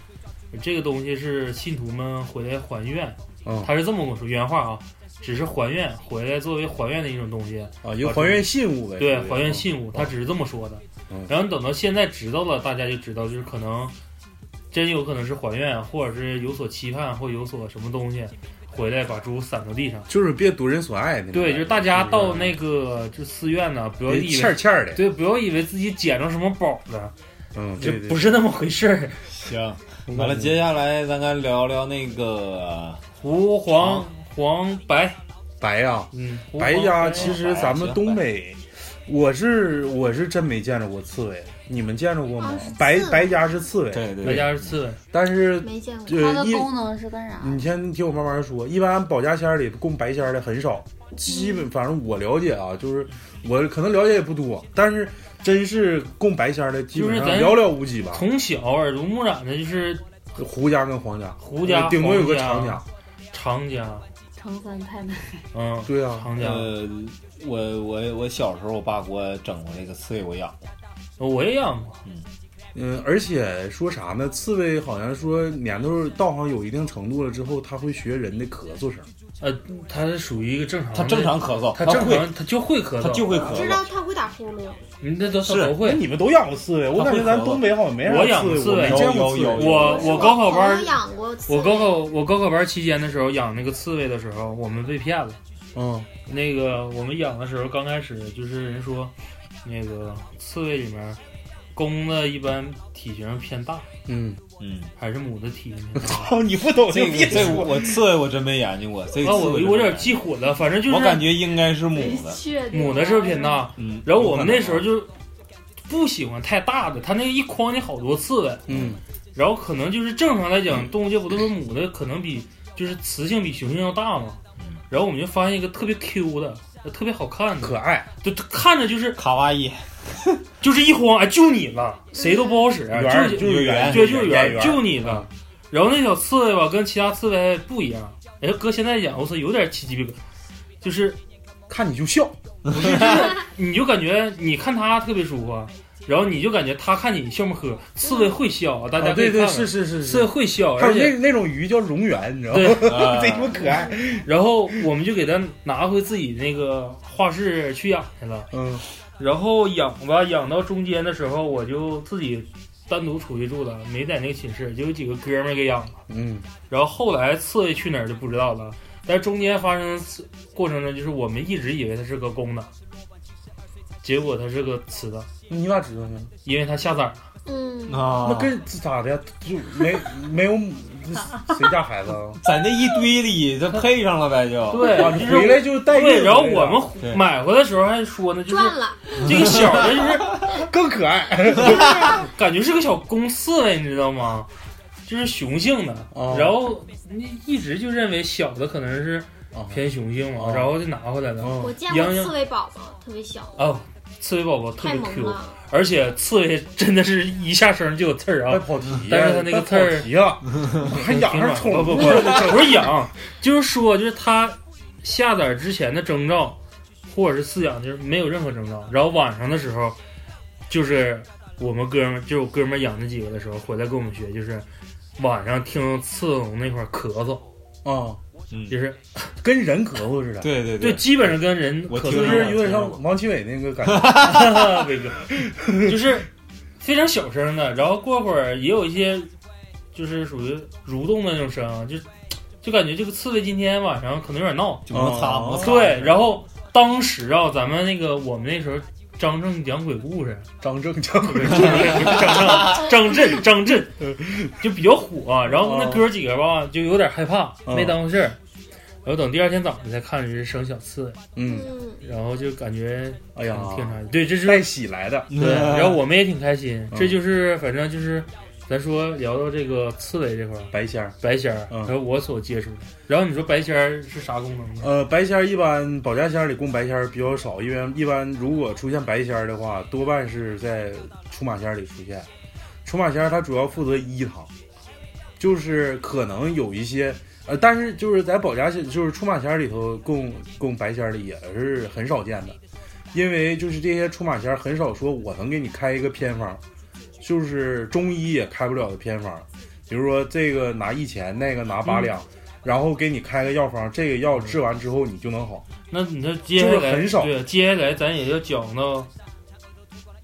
K: 这个东西是信徒们回来还愿，
G: 嗯
K: 他是这么跟我说原话啊，只是还愿回来作为还愿的一种东西
G: 啊一个还愿信物呗
K: 对
G: 属，于
K: 还
G: 嗯
K: 愿信物，他只是这么说的
G: 嗯。
K: 然后等到现在知道了，大家就知道，就是可能真有可能是还愿，或者是有所期盼，或有所什么东西，回来把猪散到地上。
G: 就是别夺人所爱那种感觉，
K: 对，就是大家到那个就寺院呢，不要
G: 别
K: 以为
G: 欠儿欠儿的
K: 对，不要以为自己捡着什么宝了，
G: 嗯，
K: 这
L: 对对
K: 不是那么回事儿。
L: 行，完了，接下来咱该聊聊那个
K: 狐黄黄白
G: 白呀，
K: 嗯，
G: 白鸭其实咱们东北，我是我是真没见着过刺猬，你们见着过吗？白白鸭啊是刺猬，对
K: 对白鸭是刺猬，
G: 但是
I: 没见过它
G: 呃
I: 的
G: 一，
I: 功能是干
K: 嗯
I: 啥？
G: 你先听我慢慢说。一般保家仙儿里供白仙儿的很少，基本反正我了解啊，就是我可能了解也不多，但是真是供白仙儿的基
K: 就
G: 本
K: 是
G: 上
K: 咱
G: 寥寥无几吧。
K: 从小耳濡目染的就是
G: 胡家跟黄家，呃
K: 胡家、
G: 顶多有个
K: 黄
G: 常家，
K: 常家，
I: 成三太奶，
K: 嗯，
G: 对啊，
K: 长江
L: 呃，我我我小时候，我爸给我整过来一个刺猬，我养
K: 过，我也养过，
G: 嗯，而且说啥呢？刺猬好像说年头到上有一定程度了之后，它会学人的咳嗽声。
K: 呃，它是属于一个正常的，
G: 它正常咳嗽啊
K: 它
G: 它
K: 正
G: 会
K: 常，它就会咳嗽，
G: 它就会咳
J: 知道他会打呼噜，
K: 你那都它
G: 是
K: 都会。
G: 你们都养过刺猬，我感觉咱东北好像没啥
K: 我养
G: 刺
K: 刺
G: 猬，
K: 猬，
G: 我没见过刺猬。
K: 我我高考班
J: 我养过刺
K: 我高考我高考班期间的时候养那个刺猬的时候，我们被骗了。
G: 嗯，
K: 那个我们养的时候刚开始就是人说，那个刺猬里面公的一般体型偏大，
G: 嗯
L: 嗯，
K: 还是母的体型偏大。
G: 操，哦你不懂
L: 这
G: 就别
L: 个这个
G: 说
L: 我刺猬我真没研究过，这个
K: 啊，
L: 刺猬
K: 我我
L: 真没
K: 有
L: 研
K: 点
L: 究
K: 记混了，反正就是
L: 我感觉应该是母 的，
K: 母的是不是偏大？
L: 嗯
K: 然后我们那时候就不喜欢太大的，它那一筐里好多刺猬，
G: 嗯，
K: 然后可能就是正常来讲，动物界活动的母的可能比就是雌性比雄性要大嘛，
G: 嗯
K: 然后我们就发现一个特别 Q 的，特别好看的，
G: 可爱，
K: 就看着就是
L: 卡哇伊，
K: 就是一慌，哎，就你了，谁都不好使，
G: 嗯圆儿
K: 就
G: 就是圆
K: 对，就是
G: 圆嗯
K: 圆，
G: 圆
K: 就你了。然后那小刺猬吧，跟其他刺猬不一样，哎，哥现在讲，我操，有点起鸡皮疙瘩，就是
G: 看你就笑，
K: 不是，就是你就感觉你看他特别舒服，啊然后你就感觉他看你笑么呵。刺猬会笑，大家
G: 啊
K: 可以
G: 对
K: 看看、
G: 对是是是是
K: 刺猬会笑，
G: 还有
K: 而且
G: 那那种鱼叫蝾螈，你知道
K: 对
G: 吗？贼他妈可爱。
K: 然后我们就给它拿回自己那个画室去养去了。
G: 嗯，
K: 然后养吧，养到中间的时候，我就自己单独出去住了，没在那个寝室，就有几个哥们儿给养了。
G: 嗯，
K: 然后后来刺猬去哪儿就不知道了，但中间发生的刺过程中，就是我们一直以为它是个公的，结果它是个雌的，
G: 你咋知道呢？
K: 因为它下崽儿了。
L: 啊
J: 嗯
G: 那跟咋的呀？就没没有母谁家孩子啊？
L: 在那一堆里，这配上了呗就。
K: 对，
G: 啊你回来就带
K: 对，
G: 印
K: 然后
G: 回来
K: 我
G: 了
K: 们
L: 对
K: 买回来的时候还说呢，就是
J: 赚了，
K: 这个小的就是
G: 更可爱，
K: 感觉是个小公刺猬，你知道吗？就是雄性的，
G: 哦
K: 然后你一直就认为小的可能是偏雄性嘛，
G: 哦
K: 然后就拿回来了。
J: 我见过
K: 洋洋
J: 刺猬宝宝，特别小，
K: 哦，刺猬宝宝特
J: 太
K: 别
J: 萌
K: Q，
J: 了。
K: 而且刺猬真的是一下声就有刺儿啊。
G: 跑题呀，
K: 但是它那个刺儿
G: 跑题呀， 还养上宠
K: 不
G: 物
K: 不不，不是养，就是说，就是它下崽之前的征兆，或者是饲养，就是没有任何征兆。然后晚上的时候，就是我们哥们儿，就是我哥们儿养那几个的时候，回来跟我们学，就是晚上听刺龙那块儿咳嗽，
G: 啊，
K: 就是
G: 跟人咳嗽似的。
L: 对对
K: 就基本上跟人
L: 我
K: 咳嗽
L: 听着
G: 就
K: 一
G: 是
K: 样
G: 有点像王奇伟那个感觉，
K: 伟哥，就是非常小声的，然后过会儿也有一些就是属于蠕动的那种声啊，就就感觉这个刺猬今天晚上可能有点闹，
L: 就摩擦
G: 哦
L: 摩擦。
K: 对，然后当时啊，咱们那个我们那时候张正讲鬼故事，
G: 张正张
K: 不是 张正张震张震就比较火、啊然后那哥几个吧就有点害怕，
G: 哦嗯
K: 没当回事儿。然后等第二天早上才看着是生小刺猬，
G: 嗯，
J: 嗯，
K: 然后就感觉
G: 哎呀
K: 挺啥？对，这是
G: 带喜来的，
K: 对，然后我们也挺开心。
G: 嗯
K: 这就是反正就是，咱说聊到这个刺猬这块儿，
G: 白仙儿。
K: 白仙儿，
G: 嗯
K: 然后我所接触的。然后你说白仙儿是啥功能呢？
G: 呃，白仙儿一般保家仙儿里供白仙儿比较少，一般一般如果出现白仙儿的话，多半是在出马仙儿里出现。出马仙儿它主要负责医堂，就是可能有一些呃，但是就是在保家仙就是出马仙儿里头供供白仙儿的也是很少见的，因为就是这些出马仙儿很少说我能给你开一个偏方，就是中医也开不了的偏方，比如说这个拿一钱，那个拿八两。然后给你开个药方，这个
K: 嗯
G: 药治完之后你就能好。
K: 那你说接下
G: 就是
K: 来
G: 很少
K: 对，接下来咱也要讲到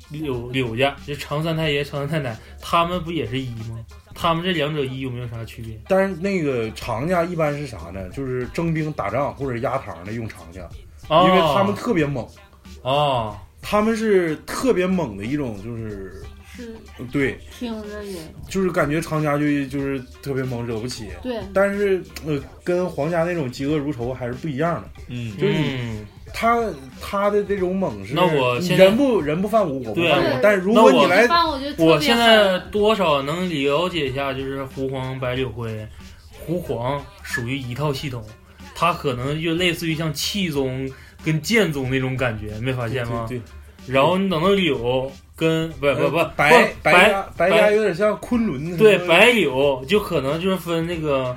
K: 柳柳家，就常三太爷、常三太奶，他们不也是一吗？他们这两者一有没有啥区别？
G: 但是那个常家一般是啥呢？就是征兵打仗或者压堂的用常家，
K: 啊，
G: 因为他们特别猛，
K: 啊，
G: 他们是特别猛的一种，就是
I: 是
G: 对，
I: 听着也
G: 就是感觉常家就就是特别猛，惹不起。
I: 对，
G: 但是呃，跟皇家那种嫉恶如仇还是不一样的。
L: 嗯，
G: 就是你
K: 嗯
G: 他他的这种猛是，
K: 那我
G: 你
K: 现在
G: 人不人不犯我，我不
K: 对
G: 犯我。但是如
K: 那
G: 果
K: 我
G: 你来
I: 一，般我觉得特别
K: 我现在
I: 狠
K: 多少能了解一下，就是狐黄白柳灰，狐黄属于一套系统，它可能就类似于像气宗跟剑宗那种感觉，没发现吗？
G: 对，
K: 然后你等到柳跟不不不
G: 呃白
K: 不
G: 白
K: 白
G: 家白家有点像昆仑，
K: 对白柳就可能就是分那个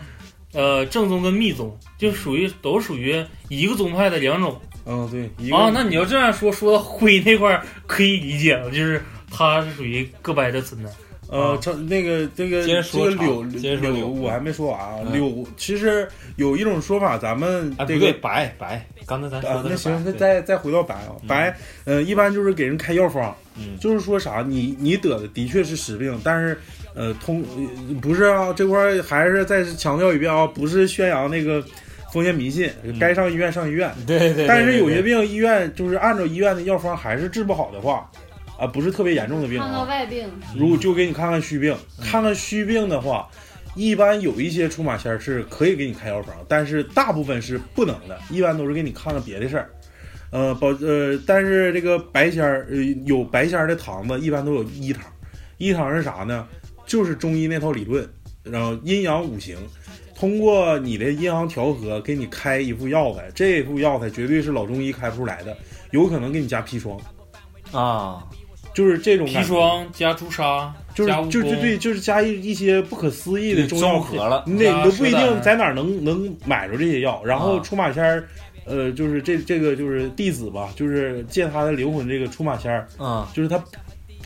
K: 呃正宗跟密宗，就属于都属于一个宗派的两种
G: 嗯对一个
L: 哦
K: 啊。那你要这样说，说到灰那块儿可以理解了，就是它是属于各白的存在。
G: 呃
K: 啊，
G: 这那个这个
L: 接着
G: 这个
L: 说
G: 柳
L: 长接着说
G: 柳，
L: 柳
G: 我还没说完啊。
L: 嗯
G: 柳其实有一种说法，咱们
L: 哎，不
G: 这个
L: 对，白白，刚才咱
G: 啊
L: 说，
G: 那
L: 的是白
G: 行，那
L: 对
G: 再再回到白啊，白，呃，一般就是给人开药方，
L: 嗯
G: 就是说啥，你你得的的确是实病，但是呃，通呃不是啊，这块儿还是再强调一遍啊，不是宣扬那个封建迷信，该上医院上医院，
L: 对嗯对对，
G: 但是有
L: 对
G: 些病医院就是按照医院的药方还是治不好的话，啊，不是特别严重的病
I: 看
G: 啊
I: 到，外病，
G: 如果就给你看看虚病，看看虚病的话，一般有一些出马仙儿是可以给你开药方，但是大部分是不能的，一般都是给你看看别的事儿。呃，保呃，但是这个白仙儿，呃，有白仙儿的堂子一般都有一堂，一堂是啥呢？就是中医那套理论，然后阴阳五行，通过你的阴阳调和，给你开一副药材，这副药材绝对是老中医开不出来的，有可能给你加砒霜。
L: 啊，
G: 就是这种
K: 砒
G: 感觉
K: 霜加朱砂，
G: 就是
K: 加蜈蚣
G: 就是对，就是加一一些不可思议的中药
L: 综合了
G: 你得
K: 加啊
G: 你都不一
K: 石
G: 定
K: 胆
G: 在哪儿能能买着这些药。然后出马仙儿，呃，就是这这个就是弟子吧，就是借他的灵魂这个出马仙儿，
L: 啊，
G: 就是他，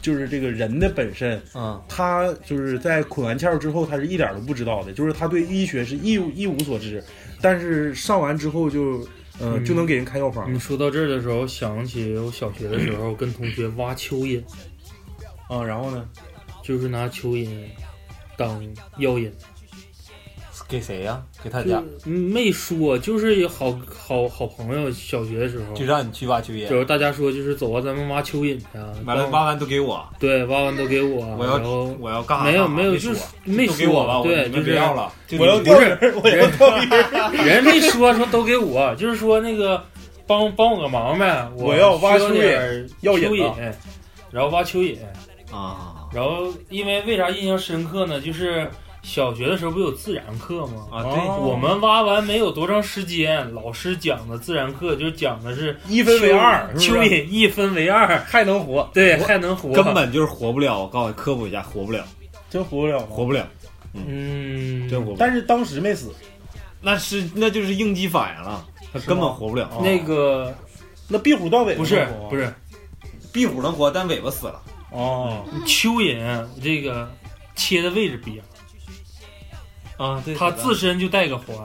G: 就是这个人的本身，
L: 嗯，
G: 他就是在捆完窍之后，他是一点儿都不知道的，就是他对医学是一无一无所知，但是上完之后就，呃，就
K: 嗯
G: 能给人开药方。
K: 你说到这儿的时候，想起我小学的时候跟同学挖蚯蚓，
G: 啊，然后呢，
K: 就是拿蚯蚓当药引，
L: 给谁呀、给他家，
K: 嗯没说，就是好好好朋友小学的时候
L: 就让你去挖蚯蚓
K: 就是大家说就是走啊，咱们挖蚯蚓去啊，
L: 完了
K: 帮
L: 挖完都给我，
K: 对，挖完都给我，
L: 我要
K: 啊然后
L: 我要干啥
K: 没有
L: 干啥
K: 没有，
L: 别
K: 就
L: 说
K: 是没
L: 都
K: 说
L: 给我吧我
K: 对，
L: 你
K: 就
L: 们
K: 是
L: 不要了就
K: 我
L: 你
K: 要
L: 们
K: 钓
L: 不
K: 鱼
L: 是，
K: 我要钓鱼， 人没说说都给我，就是说那个帮帮我个忙呗，
G: 我要挖蚯
K: 蚯
G: 蚓要
K: 蚯
G: 引
K: 蚓
G: 子，
K: 然后挖蚯蚓
L: 啊，
K: 然后因为为啥印象深刻呢？就是。小学的时候不有自然课吗？啊
L: 对
K: 我们挖完没有多长时间，老师讲的自然课就是讲的是
G: 一分为二
K: 蚯
G: 是不
K: 蚯
G: 是
K: 蚓一分为二，
G: 还能活，
K: 对，还能活，
L: 根本就是活不了。我告诉你，科普一下，活不了，
G: 真活不了，
L: 活不了。
K: 嗯，
L: 真活不了。
G: 但是当时没死，
L: 那是那就是应激反应了，他根本活不了。
K: 啊那个
G: 那壁虎到尾
K: 不是不是
L: 壁虎能活，但尾巴死了。
G: 哦，
K: 蚯蚓这个切的位置不一样，
L: 啊，对
K: 它自身就带个环。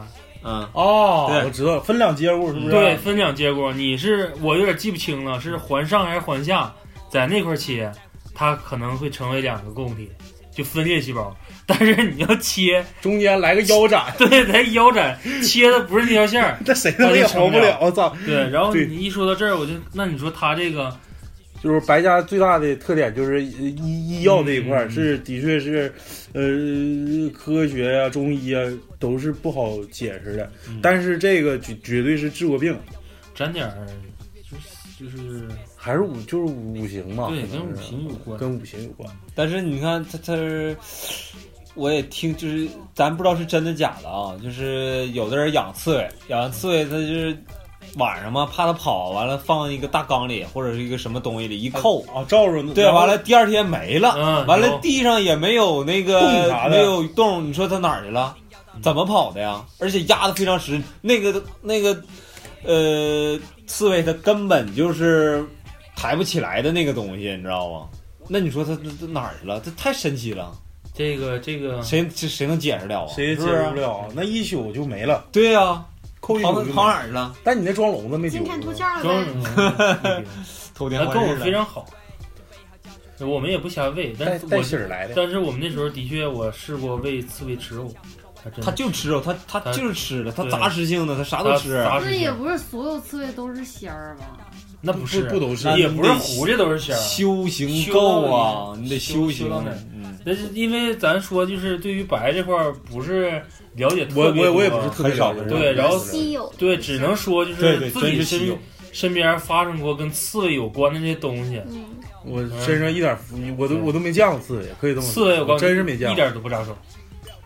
L: 嗯，
G: 哦
K: 对
G: 我知道分两接物是不啊是？
K: 对，，分两结果，你是我有点记不清了，是环上还是环下，在那块切，它可能会成为两个共体，就分裂细胞。 但是你要切，
G: 中间来个腰斩，
K: 对，咱腰斩切的不是那条线儿。
G: 那谁他妈也活不了，我操！
K: 对，然后
G: 对
K: 你一说到这儿，我就那你说它这个
G: 就是白家最大的特点就是医医医药这一块儿
K: 嗯
G: 是的确是，呃，科学呀、中医啊都是不好解释的，嗯但是这个绝绝对是治过病，
K: 沾点儿，就是就是
G: 还是五就是五行嘛，
K: 对
G: 可能
K: 跟五
G: 是
K: 行有关
G: 跟五行有关。
L: 但是你看他他是，我也听就是咱不知道是真的假的啊，就是有的人养刺猬，养刺猬他就是晚上嘛，怕它跑，完了放一个大缸里或者是一个什么东西里一扣。
G: 啊，罩着
L: 对，
G: 然后
L: 完了第二天没了，
K: 嗯
L: 完了
K: 有
L: 地上也没有那
G: 洞
L: 个
G: 啥的
L: 没有洞，你说它哪儿去了？怎么跑的呀？而且压的非常实，那个那个呃刺猬它根本就是抬不起来的那个东西，你知道吗？那你说它它它哪儿去了？这太神奇了，
K: 这个这个
L: 谁这谁能解释了啊？
G: 嗯谁也
L: 是
G: 解
L: 不是
G: 释不了，那一宿就没了，
L: 对呀、啊，
G: 扣一
L: 跑
G: 宿
L: 到
G: 就
L: 跑
G: 没
L: 哪
G: 了。
L: 儿去了？
G: 但你那装聋子没丢
J: 金
G: 是
J: 蝉脱
G: 吧？
J: 壳 了
K: 装
J: 呗
K: 什。么？
L: 偷天
K: 那啊跟
L: 换
K: 我
L: 日了
K: 非常好。我们也不瞎喂，但
G: 带
K: 是
G: 带
K: 我
G: 喜儿来的，
K: 但是我们那时候的确我试过喂刺猬吃肉，它真的
L: 它就吃肉，它它
K: 它
L: 就是吃的，它
K: 对
L: 杂食性的，它啥都
K: 它
L: 吃。啊
G: 啊
K: 杂
I: 那也不是所有刺猬都是仙儿吧？
K: 那不是
G: 不不都是
K: 也不是糊的都是馅儿。啊
L: 修行
K: 修
L: 够
K: 到
L: 啊，
K: 哪
L: 你得
K: 修
L: 行
K: 修到哪。
L: 嗯，
K: 但是因为咱说就是对于白这块儿不是了解
G: 我
K: 特别
G: 我我也
K: 多
G: 不是特别
L: 很少
G: 了解
L: 的
K: 对然后
J: 稀有，
K: 对，只能说就
L: 对
K: 是
L: 对，
K: 自
L: 真
K: 己
L: 是稀有
K: 身。身边发生过跟刺猬有关的那些东西。
J: 嗯，
G: 我身上一点福，我都我都没见过刺猬，可以这么说。
K: 刺猬我告诉你
G: 真是没见
K: 一
G: 过，
K: 点都不扎手，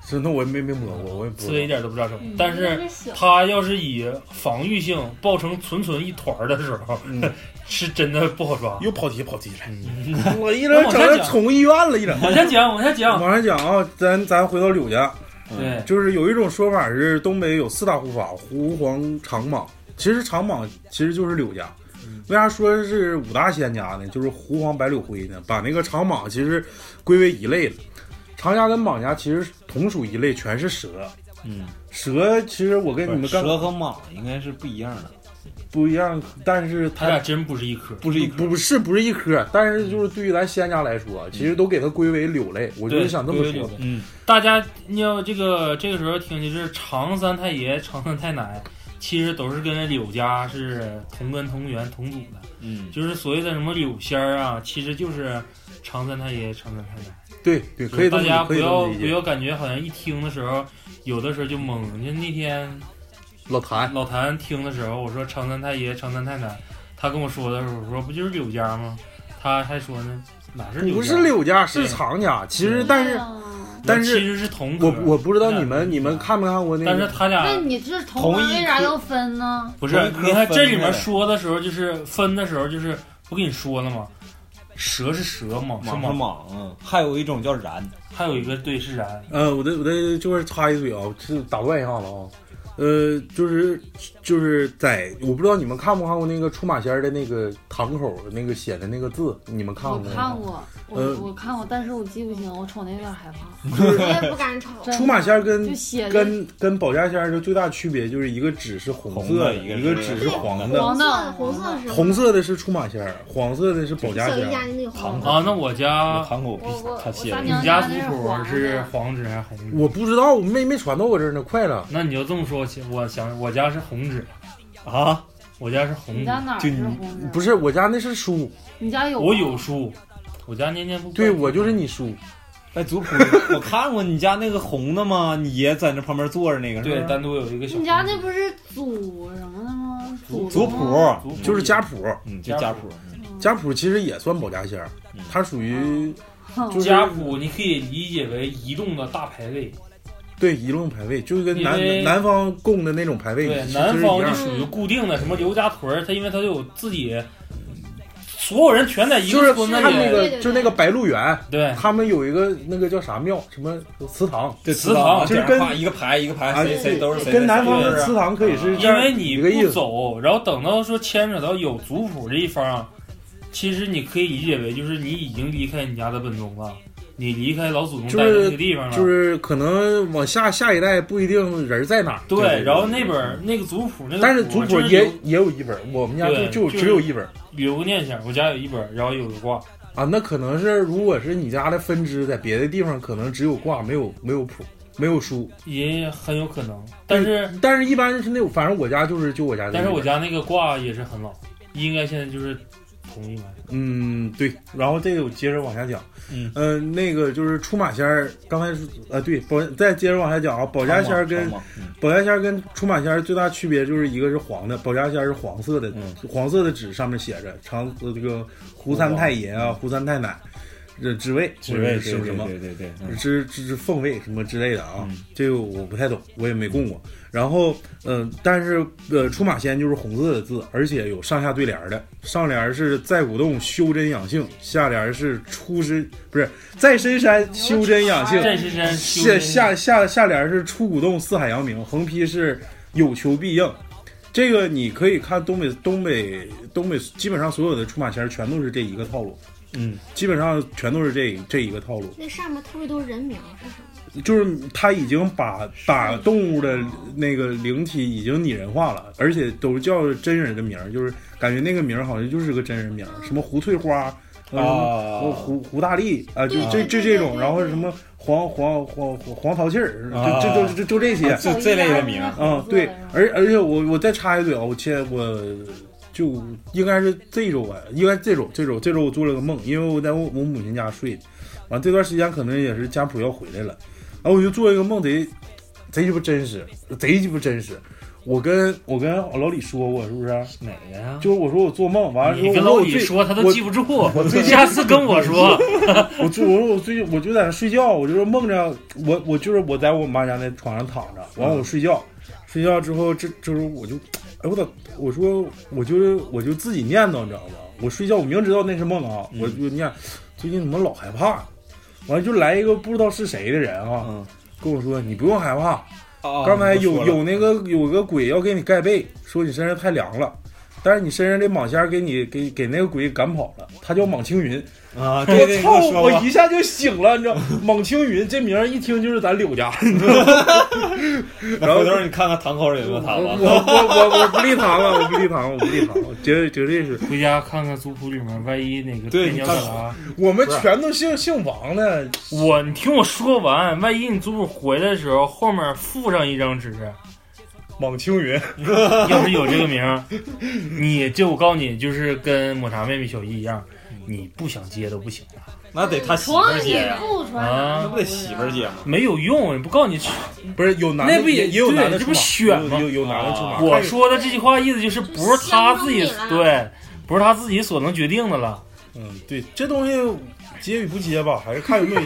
G: 是那我也没没摸过，我也不知道
K: 刺猬一点都不扎手。
I: 嗯
K: 但
J: 应
K: 是
J: 该小
K: 它要是以防御性抱成纯纯一团儿的时候，
G: 嗯
K: 是真的不好抓。
G: 又跑题跑题了，
K: 嗯
G: 我一整整成宠物医院了，一整。
K: 往下讲，往下讲。
G: 往上讲啊，咱咱回到柳家，
K: 对，
G: 嗯就是有一种说法是东北有四大护法：狐黄长蟒。其实长蟒其实就是柳家，
K: 嗯
G: 为啥说是五大仙家呢？就是狐黄白柳灰呢，把那个长蟒其实归为一类了。长家跟蟒家其实同属一类，全是蛇。
L: 嗯，
G: 蛇其实我跟你们刚
L: 蛇和蟒应该是不一样的，
G: 不一样，但是
K: 它
G: 它
K: 俩真不是一科。
L: 不是一
G: 不不是不是一科，但是就是对于咱仙家来说，其实都给它归为柳类，我就是
K: 嗯对
G: 想这么
K: 归为柳
G: 说
K: 类。
L: 嗯，
K: 大家要这个这个时候听就是常三太爷、常三太奶，其实都是跟柳家是同根同源同祖的，
L: 嗯，
K: 就是所谓的什么柳仙儿啊，其实就是常三太爷、常三太奶。
G: 对对，可以这
K: 大
G: 么
K: 家
G: 理
K: 不
G: 可以这
K: 要
G: 么理
K: 不
G: 解。
K: 要感觉好像一听的时候，有的时候就懵。就那天
G: 老谭，
K: 老谭听的时候，我说常三太爷、常三太奶，他跟我说的时候，我说不就是柳家吗？他还说呢，哪是柳家？
G: 不是柳家，是
K: 对
G: 常家。其实，但
I: 对
G: 是
I: 呀
G: 但是
K: 其实是同科
G: 我我不知道你
K: 他俩
G: 们你们看没看过那
K: 但是
G: 个？
K: 他俩
I: 那你这同
L: 同
I: 门
L: 一
I: 为啥
L: 科
I: 要分呢？
K: 不
L: 同
K: 是
L: 一，科
K: 你看
L: 分
K: 这里
L: 开
K: 面
L: 的
K: 说的时候，就是分的时候，就是我跟你说了吗？蛇是蛇，蟒
L: 蟒
K: 蟒
L: 是蟒，嗯，还有一种叫然，
K: 还有一个对是然，
G: 呃，我再我再就是插一嘴啊，是打断一下子啊，呃，就是就是在我不知道你们看没看过那个出马仙儿的那个堂口那个写的那个字，你们看
I: 我
G: 过没？
I: 看过，我、
G: 呃
I: 我看过，但是我记不清，我瞅那有点害怕。
J: 我也不敢瞅。
G: 出马仙儿跟
I: 就写的
G: 跟跟保家仙儿的最大区别就是一个纸是红色
L: 红的
G: 一
L: 一个
G: 个
L: 是
G: 纸是黄
J: 对
G: 的
J: 黄。色红色是
G: 红色的是出马仙儿，黄色的是保家
J: 小
G: 仙
J: 一家
G: 儿。
J: 那个黄色。
K: 啊，那我家
L: 韩国
I: 我
L: 他写
I: 我
L: 的
I: 三
K: 你
I: 娘
K: 家
I: 家
K: 族
I: 那是
K: 谱
I: 黄
K: 是
I: 的
K: 黄纸还是红纸？
G: 我不知道，我没没传到我这儿呢，快了。
K: 那你要这么说，我想我想我家是红纸，
L: 啊，
K: 我家是
J: 嗯
K: 红
I: 你
K: 纸
I: 家，哪儿
L: 就是你
I: 红的？
G: 不是我家那是书，
I: 你家有？
K: 我有。书，我家年年不
G: 对
K: 断
G: 我就是你书。
L: 哎，族谱我看过你家那个红的吗？你爷在那旁边坐着那个，是
K: 对
L: 不是
K: 单独有一个小
I: 你家那不是祖什么的吗？祖
L: 族
I: 宗
L: 谱，
K: 族谱
G: 就是家谱，
L: 嗯，就家谱，
G: 家谱其实也算保家仙儿，它属于
I: 嗯
G: 就是
K: 家谱，你可以理解为移动的大排位。
G: 对一论排位，就跟
K: 因为
G: 南南方供的那种排位
K: 对，
G: 其实
K: 南
G: 是
K: 方
G: 一
K: 就
G: 样
K: 属于固定的，什么刘家屯儿，他因为他有自己，所有人全在一
G: 就
K: 个
G: 是
K: 村子
G: 他们
K: 里。
G: 那
J: 对
G: 个
J: 对
G: 就那个白鹿原，
K: 对，
G: 他们有一个那个叫啥庙，什么祠堂，
L: 这
K: 祠堂
L: 就是
G: 就是
L: 跟一个排一个排，
G: 啊
L: 谁谁都是谁，
G: 跟南方
L: 谁谁
G: 的祠堂可以是这
K: 嗯因
G: 样
K: 为
G: 一
K: 你
G: 个意
K: 不
G: 思。
K: 走，然后等到说牵扯到有族谱这一方，啊其实你可以理解为就是你已经离开你家的本宗了，你离开老祖宗
G: 就是
K: 待的那个地方了。
G: 就是可能往下下一代不一定人在哪儿，
K: 对然后那本儿那个族谱那个，
G: 但是族
K: 谱啊
G: 谱
K: 就是
G: 也
K: 留
G: 也有一本，我们家就
K: 对
G: 就
K: 就是
G: 只有一本
K: 留个念想，我家有一本儿，然后有个卦，
G: 啊。那可能是如果是你家的分支在别的地方，可能只有卦，没有没有谱，没有书。
K: 也很有可能。但是
G: 但是一般是那种，反正我家就是就我家这
K: 嗯但
G: 一
K: 是
G: 本，
K: 我家那个卦也是很老，应该现在就是同一版。
G: 嗯对，然后这个我接着往下讲，
L: 嗯
G: 呃那个就是出马仙儿，刚才是呃对保再接着往下讲啊，保家仙儿跟
L: 长嘛嗯
G: 保家仙儿跟出马仙儿最大区别就是一个是黄的，保家仙儿是黄色的，
L: 嗯
G: 黄色的纸上面写着长呃这个胡三太爷啊，胡三太奶，这职位
L: 嗯职位
G: 是不是什么
L: 对对对，对嗯
G: 之之之凤位什么之类的啊，
L: 嗯
G: 这个我不太懂，我也没供过。然后，嗯、但是呃，出马仙就是红色的字，而且有上下对联儿的，上联儿是在古洞修真养性，下联儿是出身不是在深山修真养性，
K: 战神山修
G: 下
K: 真
G: 下下下联是出古洞四海扬名，横批是有求必应。这个你可以看东北东北东北，基本上所有的出马仙儿全都是这一个套路，
L: 嗯，
G: 基本上全都是这这一个套路。
J: 那上面特别多人名是什么？
G: 就是他已经把把动物的那个灵体已经拟人化了，而且都叫真人的名儿，就是感觉那个名儿好像就是个真人名儿，什么胡翠花，
L: 啊
G: 呃，胡胡大力啊，就
J: 对
G: 这这
J: 对对
G: 这
J: 对
G: 种，
J: 对
G: 然后
J: 对
G: 什么黄黄黄黄黄桃气儿，
L: 啊
G: 就就就就就这些，
L: 就这类的名儿
G: 嗯，对，而而且我我再插一嘴啊，我前我就应该是这周吧，应该这周这周这周我做了个梦，因为我在我我母亲家睡的，完这段时间可能也是家谱要回来了，然后我就做了一个梦，贼贼鸡巴真实，贼鸡巴真实。我跟我跟老李说过是不是？啊
K: 哪个呀？
G: 就是我说我做梦完了之后，
K: 你跟
G: 我
K: 老
G: 我
K: 李
G: 最
K: 说，他都
G: 我
K: 记不住。下次跟我 说，
G: 我最我说我最我就在那睡觉，我就是梦着我我就是我在我妈家那床上躺着，完了我睡觉，睡觉之后这这时候我就，哎我操，我说我就我就自己念叨，你知道吗？我睡觉我明知道那是梦啊，我
L: 嗯
G: 就念，最近怎么老害怕？完了就来一个不知道是谁的人啊，
L: 嗯
G: 跟我说你不用害怕，
L: 啊
G: 刚
L: 我
G: 才有
L: 说了
G: 有那个有个鬼要给你盖被，说你身上太凉了。但是你身上这蟒仙儿给你给给那个鬼赶跑了，他叫蟒青云，
L: 啊，对对，你
G: 我
L: 跟
G: 操！
L: 说
G: 我
L: 吧
G: 一下就醒了，你知道，蒙青云这名儿一听就是咱柳家， 你知道吗
L: 那回头你看看堂口有没有他
G: 我
L: 吧。
G: 我我我不立堂了，我不立堂，我不立堂，我绝对绝对是，
K: 回家看看族谱里面，万一哪个
L: 对
K: 天
L: 你
K: 骄
L: 看
K: 啥？
G: 我们全都姓姓王的，
K: 啊我，你听我说完，万一你族谱回来的时候，后面附上一 张纸，
G: 蒙青云，
K: 要是有这个名儿，你这我告诉你，就是跟抹茶妹妹小姨一样，你不想接都不行啊了，
L: 那得他媳
G: 嗯
L: 妇儿
I: 传
L: 接
I: 也
L: 呀，
I: 不传
K: 啊
I: 染
L: 那不得媳妇儿接吗？
K: 没有用。不告诉你，
G: 嗯不是有男的，
K: 那不也
G: 也有男的出马，
K: 对这不选吗
G: 有有有男的出马，
K: 我说的这句话意思就是不是他自己
M: 啊
J: 相中你了
K: 对，不是他自己所能决定的了。
G: 嗯，对，这东西接与不接吧，还是看有 没有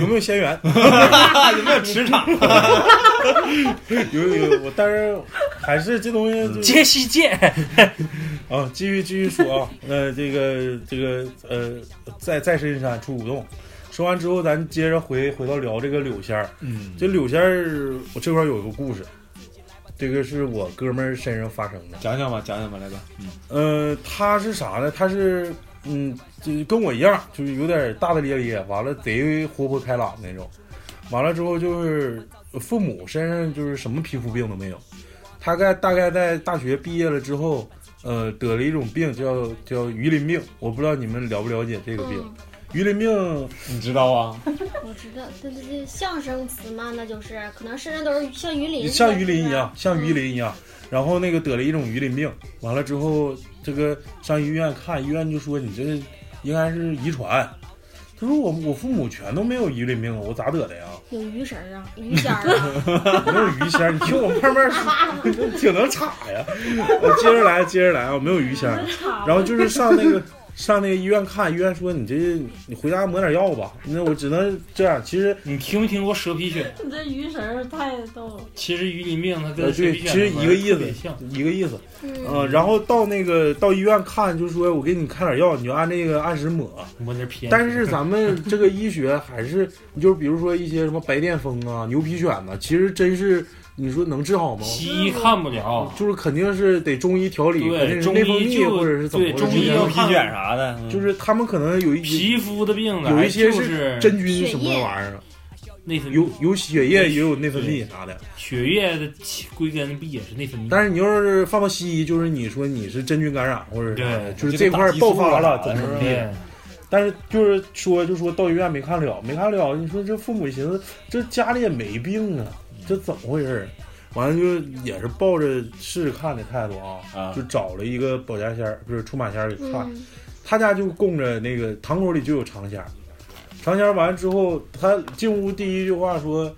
G: 有没有仙 缘，
L: 有没有磁场。
G: 有有，我但是还是这东西就
K: 接西见。
G: 啊，继续继续说啊， 那这个这个呃，再再深山出古洞。说完之后，咱接着回回到聊这个柳仙儿。
L: 嗯，
G: 这柳仙儿，我这块儿有个故事，这个是我哥们儿身上发生的。
L: 讲讲吧，讲讲吧，来吧。嗯，
G: 呃，他是啥呢？他是嗯，就跟我一样，就是有点大大咧咧，完了贼活泼开朗那种。完了之后就是父母身上就是什么皮肤病都没有。他概大概在大学毕业了之后，呃，得了一种病叫叫鱼鳞病，我不知道你们了不了解这个病。
J: 嗯
G: 鱼鳞病你知道 啊？
J: 我知道，对对对，象声词嘛，那就是可能身上都是像鱼鳞似的，
G: 像鱼
J: 是
G: 鳞
J: 吧嗯
G: 一样，像鱼鳞一样。然后那个得了一种鱼鳞病，完了之后，这个上医院看，医院就说你这应该是遗传。他说我我父母全都没有鱼鳞病，我咋得的呀？
J: 有鱼食儿啊，鱼仙儿 啊，
G: 没有鱼仙儿，你听我慢慢说，挺能插呀。我接着来，接着来啊，没有鱼仙儿。然后就是上那个上那个医院看，医院说你这你回家抹点药吧。那我只能这样。其实
K: 你听没听过蛇皮癣？
M: 你这鱼神儿太逗了。
K: 其实鱼鳞病它
G: 呃，
K: 跟蛇
G: 对，
K: 皮癣
G: 其实一个意
K: 特别
G: 思
K: 像，
G: 一个意思。
K: 嗯
G: 呃，然后到那个到医院看，就说我给你开点药，你就按这个按时抹。
K: 抹点偏。
G: 但是咱 们这个医学还是，你就是比如说一些什么白癜风啊、牛皮癣呐、其实真是你说能治好吗？
K: 西医看不了，
G: 就是肯定是得中医调理，肯定
K: 对，
G: 是
K: 中
G: 内分
K: 医
G: 泌
K: 就
G: 或者是怎么
K: 对
G: 回事，
K: 中医
L: 嗯
K: 要看
L: 的
G: 就是他们可能有一
K: 皮肤的病呢，
G: 有一些
K: 就是
G: 真菌什么玩意儿，
K: 内分泌
G: 有有血液也有内分泌啥的。
K: 血液的归根不也是内分泌？
G: 但是你要是放到西医，就是你说你是真菌感染或者啥的
K: 对
G: 就是这块儿爆发了，
K: 这
G: 怎
K: 个
G: 么怎
K: 打激素啊
G: 么
K: 对
G: 地。但是就是说，就说到医院没看了，没看了。你说这父母寻思，这家里也没病啊，这怎么回事儿？完了就也是抱着试试看的态度啊，就找了一个保家仙儿，不是出马仙儿给看。
M: 嗯
G: 他家就供着那个堂口里就有长仙儿，长仙儿完了之后，他进屋第一句话说：“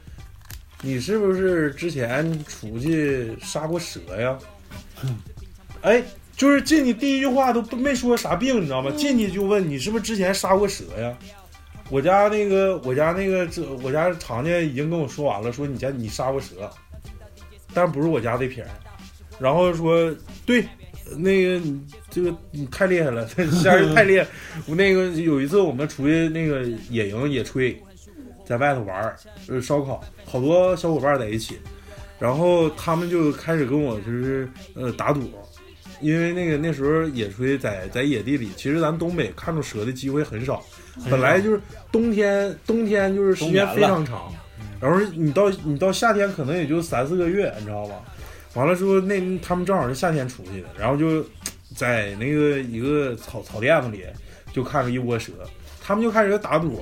G: 你是不是之前出去杀过蛇呀？”哎，就是进去第一句话都不没说啥病，你知道吗？进去就问你是不是之前杀过蛇呀？我家那个，我家那个，这我家常家已经跟我说完了，说你家你杀过蛇，但不是我家这撇儿。然后说对，那个你这个你太厉害了， 仙儿太厉害。我那个有一次我们出去那个野营野炊，在外头玩儿，呃，烧烤，好多小伙伴在一起，然后他们就开始跟我就是呃打赌，因为那个那时候野炊在在野地里，其实咱东北看着蛇的机会很少，
L: 少
G: 本
K: 哎
G: 来就是冬天冬天就是时间非常长，然后你到你到夏天可能也就三四个月，你知道吧？完了之后那他们正好是夏天出去的，然后就在那个一个草草垫子里就看着一窝蛇，他们就开始打赌，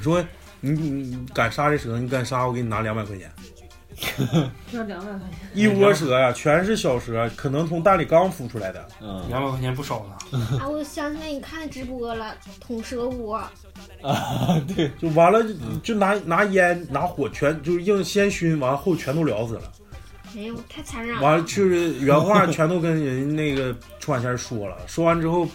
G: 说你你敢杀这蛇，你敢杀我给你拿两百块钱。
M: 这两百块钱。
G: 一窝蛇呀、全是小蛇，可能从蛋里刚孵出来的。
K: 嗯，两百块钱不少呢。
J: 啊，我想起来你看直播了，捅蛇窝，
G: 啊， 对，就完了，就就拿拿烟拿火全就是硬先熏，完后全都燎死了。
J: 哎呦，太残忍了。
G: 完了就是原话全都跟人那个出版仙说了，说完之后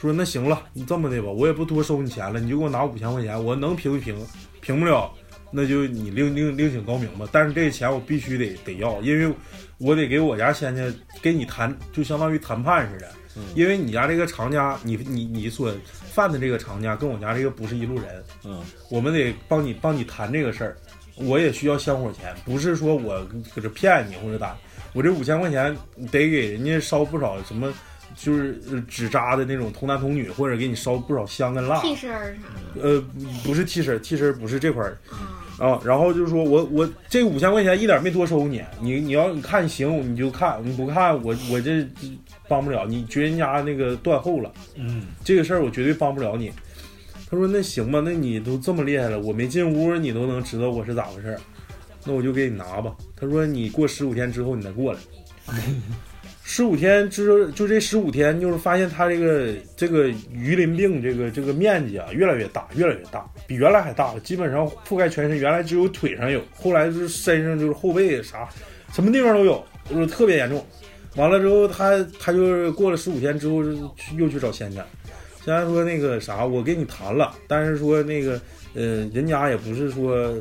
G: 说那行了，你这么的吧，我也不多收你钱了，你就给我拿五千块钱，我能平一平，平不了那就你另另另请高明吧。但是这钱我必须得得要，因为我得给我家仙家跟你谈，就相当于谈判似的。因为你家这个常家，你你你所犯的这个常家跟我家这个不是一路人，
L: 嗯，
G: 我们得帮你帮你谈这个事儿，我也需要香火钱，不是说我搁这骗你或者咋，我这五千块钱得给人家烧不少什么，就是呃纸扎的那种童男童女，或者给你烧不少香跟蜡，
J: 替身儿啥的，
G: 呃，不是替身，替身不是这块儿啊。然后就是说我我这五千块钱一点没多收你，你你要你看行你就看，你不看我我这帮不了你，觉得人家那个断后了，
L: 嗯，
G: 这个事儿我绝对帮不了你。他说那行吧，那你都这么厉害了，我没进屋你都能知道我是咋回事儿，那我就给你拿吧。他说你过十五天之后你再过来。十五天之就这十五天，就是发现他这个这个鱼鳞病这个这个面积啊越来越大，越来越大，比原来还大，基本上覆盖全身。原来只有腿上有，后来就是身上就是后背啥，什么地方都有，就是特别严重。完了之后，他他就是过了十五天之后，就去又去找仙家，虽然说那个啥，我跟你谈了，但是说那个，呃，人家也不是说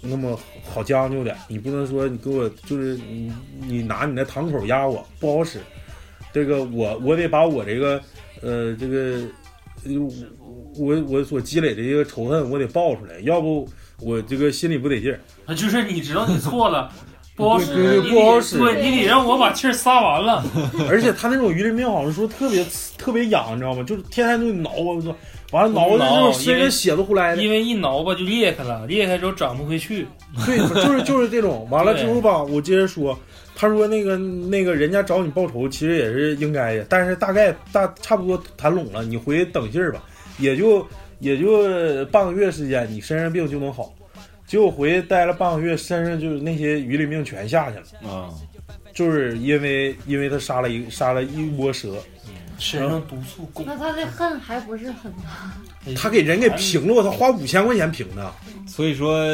G: 那么好将就的，你不能说你给我就是你你拿你的堂口压我，不好使。这个我我得把我这个，呃，这个，呃我我所积累的这个仇恨，我得爆出来，要不我这个心里不得 劲儿。
K: 啊，就是你知道你 错了，不好使，
G: 对对对
K: 你
G: 不好使
K: 对你得让我把气儿撒完了。
G: 而且他那种鱼鳞面好像说特别特别痒，你知道吗？就是天天都挠我，操！完了挠的就是身上血都出来的，
K: 因为一挠吧就裂开了，裂开之后长不回去。
G: 对，就是就是这种。完了
K: 对
G: 之后吧，我接着说，他说那个那个人家找你报仇，其实也是应该的，但是大概大差不多谈拢了，你回去等信儿吧，也就也就半个月时间，你身上病就能好。结果回去待了半个月，身上就是那些鱼鳞病全下去了
L: 啊，
G: 就是因为因为他杀了一杀了一窝蛇，
K: 身上毒素够
M: 那他的恨还不是很大，
L: 嗯
G: 他给人给平了，他花五千块钱平的，
L: 所以说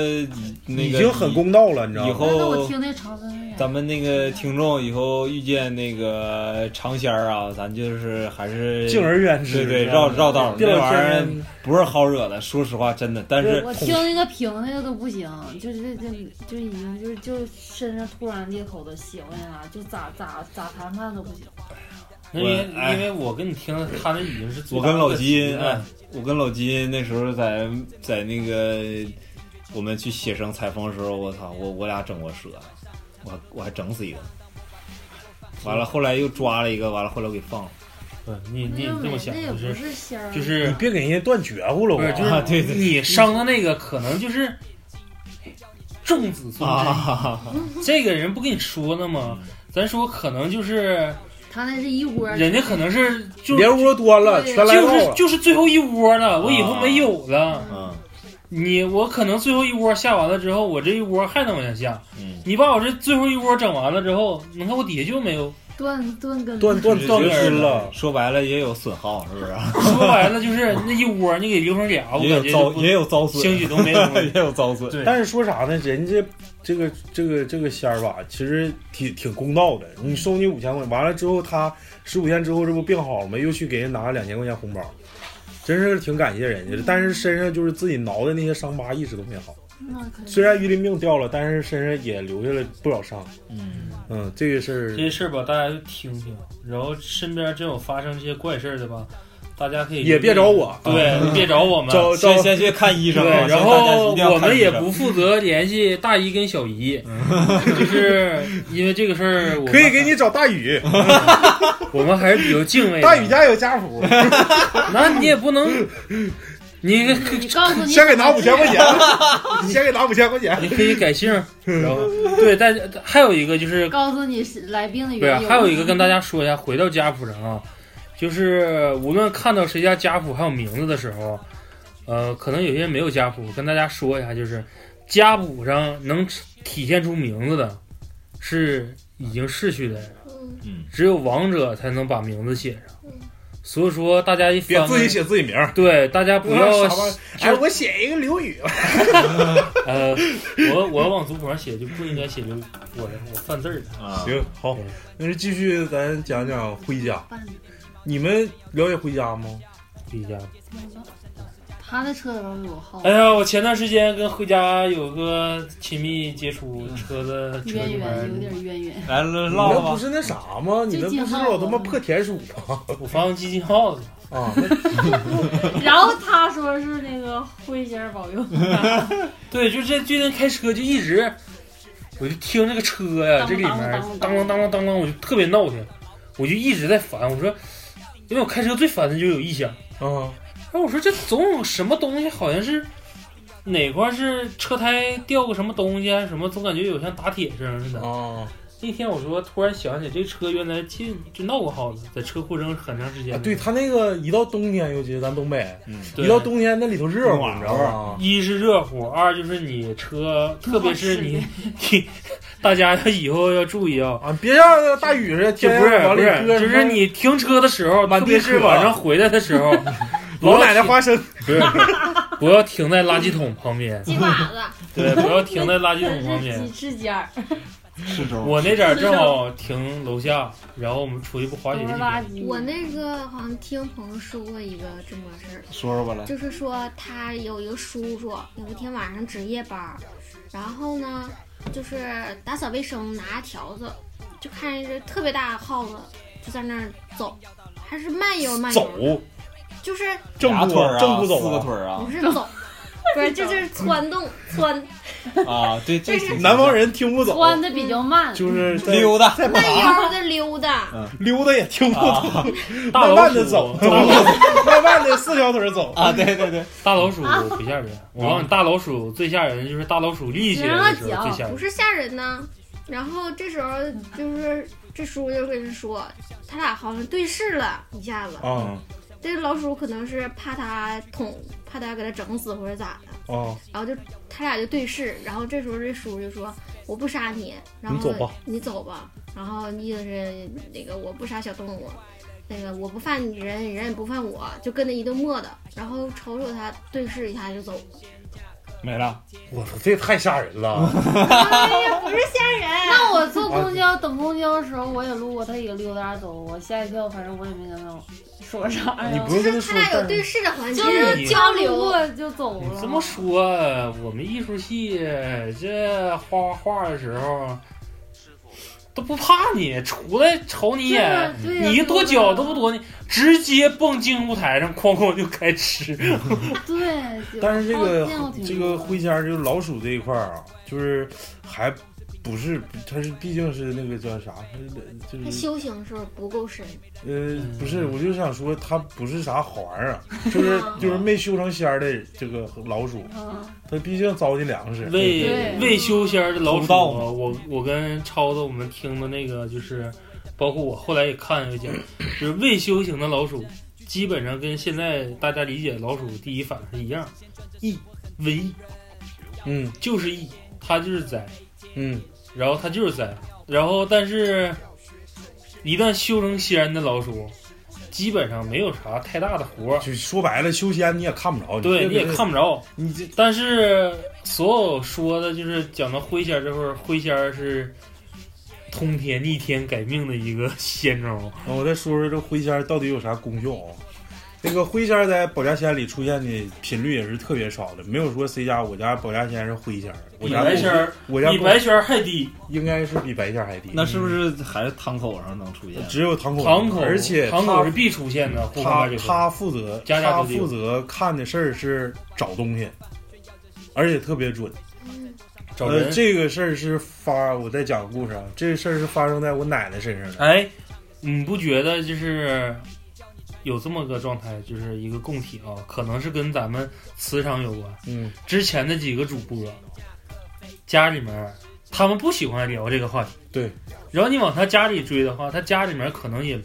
L: 那个
G: 已经很公道了，你知道吗？
L: 以
M: 那我
L: 后
M: 听那长生
L: 咱们那个听众以后遇见那个尝鲜儿啊，咱就是还是
G: 敬而远之
L: 对对，
G: 知道
L: 绕
G: 吗
L: 绕道儿
G: 别
L: 那
G: 老
L: 玩意儿
G: 天天
L: 不是好惹的，说实话，真的。但是
M: 我听那个评那个都不行，就是这这就已经就是就身上突然裂口子血，我跟你讲，就咋咋咋谈判都不行。
K: 因为
L: 我哎
K: 因为我跟你听他那已经是最
L: 我跟老金，
K: 金啊
L: 哎，我跟老金那时候在在那个我们去写生采风的时候，我操，我我俩整过蛇，我我还整死一个，完了后来又抓了一个，完了后来我给放了。
K: 不，你你这么想
J: 哎
M: 那也
K: 就
M: 不
K: 是
M: 是仙儿，
K: 就是
G: 你别给人家断绝乎了，
K: 不是
G: 我
L: 啊
K: 就是你伤的那个可能就是重子孙
L: 啊嗯
K: 之一，这个人不跟你说呢吗？咱说可能就是
M: 他那是一窝儿，
K: 人家可能是就
G: 连窝端了，
M: 对
G: 全来
K: 就
G: 够
K: 是
G: 了。
K: 就是最后一窝了，我以后
L: 啊
K: 没有了。
L: 嗯，
K: 你我可能最后一窝下完了之后，我这一窝还能往下下。
L: 嗯
K: 你把我这最后一窝整完了之后，你看我底下就没有。
M: 断断根
G: 断断断
L: 嗯就是
G: 根了，
L: 说白了也有损耗，是不是？
K: 说白了就是那一窝，你给留成俩，啊我
L: 也有
K: 感觉就
L: 遭
K: 不
L: 也有遭损，
K: 兴许都没有
L: 也有遭损。
K: 对
G: 但是说啥呢？人家这个这个这个仙儿吧，其实挺挺公道的。你收你五千块，完了之后他十五天之后，这不病好了吗？又去给人拿了两千块钱红包，真是挺感谢人家的。但是身上就是自己挠的那些伤疤一直都没好，
M: 那可
G: 虽然鱼鳞病掉了，但是身上也留下了不少伤。
L: 嗯
G: 嗯，这个事儿
K: 这些事儿吧，大家就听听，然后身边真有发生这些怪事儿的吧，大家可以
G: 也别找我
K: 对，
G: 啊
K: 别找我们，
G: 找
L: 先
G: 找
L: 先去看医生
K: 对
L: 啊，，先
K: 然
L: 大家
K: 后
L: 一定要
K: 我
L: 看
K: 们
L: 医
K: 也
L: 生
K: 不负责联系大姨跟小姨，就是因为这个事儿，我们
G: 嗯可以给你找大宇，
K: 我们还是比较敬畏的。
G: 大宇家有家谱，
K: 那你也不能，你
M: 你告诉你
G: 先给拿五千块 钱，先给拿五千块钱。
K: 你可以改姓，然后对，但是还有一个就是
M: 告诉你是来病的
K: 对
M: 缘
K: 啊
M: 由。，
K: 还有一个跟大家说一下，回到家谱上啊，就是无论看到谁家家谱还有名字的时候，呃，可能有些人没有家谱，跟大家说一下，就是家谱上能体现出名字的，是已经逝去的人，嗯
L: 嗯，
K: 只有亡者才能把名字写上。所以说，大家一
G: 别
K: 翻
G: 自己，写自己名 儿，
K: 对大家不要
G: 啥玩意儿哎，我写一个刘宇吧。
K: 呃，我我往族谱上写就不应该写刘，我我犯字儿了。
L: 啊，
G: 行，好，那就继续咱讲讲回家。你们了解回家吗？
K: 李家
M: 他那车头有号
K: 哎，呀，我前段时间跟回家有个亲密接触，车子车
M: 渊
K: 里
M: 源有
K: 面，
M: 点渊源。
L: 来了
G: 你
L: 唠
G: 们
L: 了
G: 不
L: 吧。
G: 是那啥吗？你们不是老他妈破田鼠吗？
K: 我放基金号子，
G: 啊，
M: 然后他说是那个慧仙儿保 佑，
K: 对，就这最近开车就一直，我就听这个车呀、这里面当啷当啷当啷，我就特别闹腾，我就一直在烦，我说，因为我开车最烦的就是有异响，
G: 那啊，
K: 然后我说这总有什么东西好像是。哪块是车胎掉个什么东西啊？什么总感觉有像打铁声似的。
H: 哦
G: 啊
K: 那天我说，突然想起这车原来进就闹过耗子，在车库扔很长时间
G: 啊
K: 了。
G: 对他那个一到冬天，尤其是咱东北，
L: 嗯，
K: 对
G: 一到冬天那里头热乎，你知道
L: 啊
G: 吗？
K: 一是热乎，二就是你车，特别是你
M: 好
K: 你，大家以后要注意啊、
G: 啊，别像那大雨似的，
K: 就
G: 天
K: 不是
G: 天往
K: 不
G: 里
K: 是，
G: 搁，
K: 就是你停车的时候，
G: 满
K: 特
G: 地
K: 别是
G: 可
K: 晚上回来的时候，
G: 老奶奶花生，
K: 不要停不要停在垃圾桶旁边，
J: 鸡爪子，
K: 对，不要停在垃圾
M: 真
K: 桶旁
M: 是
K: 边
M: 鸡，翅尖儿，
L: 是周。
K: 我那阵儿正好停楼下，然后我们出去不滑雪去吗？
J: 我那个好像听朋友说过一个这么个事儿，
L: 说说吧来
J: 就是说他有一个叔叔，有一天晚上值夜班儿，然后呢，就是打扫卫生，拿条子，就看见一只特别大的耗子就在那儿走，还是慢悠慢悠
L: 走
J: 的，，就是
L: 正俩腿儿啊，
G: 正步走啊
L: 四个腿儿啊
J: 不是走，不是，这就是窜动窜
L: 啊，对，这
G: 南方人听不懂，
I: 窜的比较慢，
G: 就是在
L: 溜达
G: 在
J: 慢
G: 爬，
J: 悠的溜达，
G: 溜达也听不
L: 啊
G: 懂，
K: 大
G: 慢
K: 老
G: 慢的
K: 鼠
G: 走，
K: 大
G: 走路，慢慢的四条腿儿走
L: 啊，对对对，
K: 大老鼠不吓人，我告诉你，大老鼠最吓人的就是大老鼠立起来的时候最吓
J: 不
K: 人。
J: 是吓人呢。然后这时候就是这叔就跟人说，他俩好像对视了一下子。
G: 啊
J: 这老鼠可能是怕他捅，怕他给他整死或者咋的，
G: 啊，
J: 然后就他俩就对视，然后这时候这叔就说我不杀你，然后
G: 你走吧
J: 你走吧然后意思是那个我不杀小动物，那个我不犯你人，人也不犯我，就跟他一顿磨的，然后瞅瞅他对视一下就走了。
L: 没了。
G: 我操，这也太吓人了！
J: 哎呀，不是吓人，
I: 那我坐公交等公交的时候，我也路过他也溜达走，我吓一跳，反正我也没跟他说啥呀。
G: 你不用跟他
J: 他
G: 说
J: 俩有
G: 事
J: 对视的环节，
I: 就是
J: 交
I: 他路
J: 流。
I: 过就走
K: 你
I: 了。
K: 这么说，我们艺术系这画画的时候都不怕你，出来瞅你一眼，
I: 对
J: 啊
I: 呀对呀
K: 你一跺脚都不跺你，直接蹦进舞台上，哐哐就开吃。
I: 对，
G: 但是这个
I: 见过挺
G: 这
I: 多
G: 个
I: 的
G: 灰仙儿就是老鼠这一块儿啊，就是还不是，它是毕竟是那个叫啥，它是
J: 他
G: 就是
J: 修行时候不够深，
G: 呃，
K: 嗯
G: 不是，我就想说它不是啥好玩意儿啊，就是
K: 嗯
G: 就是没修成仙儿的这个老鼠，
I: 嗯，
G: 它毕竟糟践粮食。
K: 为
I: 对
K: 为修仙儿的老
L: 偷
K: 鼠，
L: 盗
K: 我我跟超子我们听的那个就是，包括我后来也看了讲，就是未修行的老鼠，基本上跟现在大家理解老鼠第一反应是一样，疫瘟疫
G: 嗯
K: 就是疫，它就是灾，
G: 嗯，
K: 然后它就是灾，然后但是，一旦修成仙的老鼠，基本上没有啥太大的活儿，
G: 就说白了，修仙你也看不着，
K: 对你也看不着，
G: 你这
K: 但是所有说的就是讲到灰仙儿这会儿，灰仙儿是通天逆天改命的一个仙招。
G: 啊我再说说这灰仙儿到底有啥功效啊？那个灰仙儿在保家仙里出现的频率也是特别少的，没有说谁家我家保家仙是灰仙儿，我
K: 比
G: 家
K: 白仙儿，
G: 我家
K: 比白仙儿还低。
G: 应该是比白仙儿还低，
L: 那是不是还是堂口上能出现？
G: 只有堂口
K: 堂口，
G: 而且
K: 堂口是
G: 他
K: 必出现的。护法
G: 他
K: 这个
G: 他负责
K: 家家
G: 他
K: 都得有
G: 负责看的事儿是找东西，而且特别准。
K: 找
G: 呃，
K: 人，
G: 这个事儿是发我再讲个故事啊，这事儿是发生在我奶奶身上的。
K: 哎，你不觉得就是有这么个状态，就是一个供体啊，可能是跟咱们磁场有关。
G: 嗯
K: 之前的几个主播，家里面他们不喜欢聊这个话题。
G: 对。
K: 然后你往他家里追的话，他家里面可能也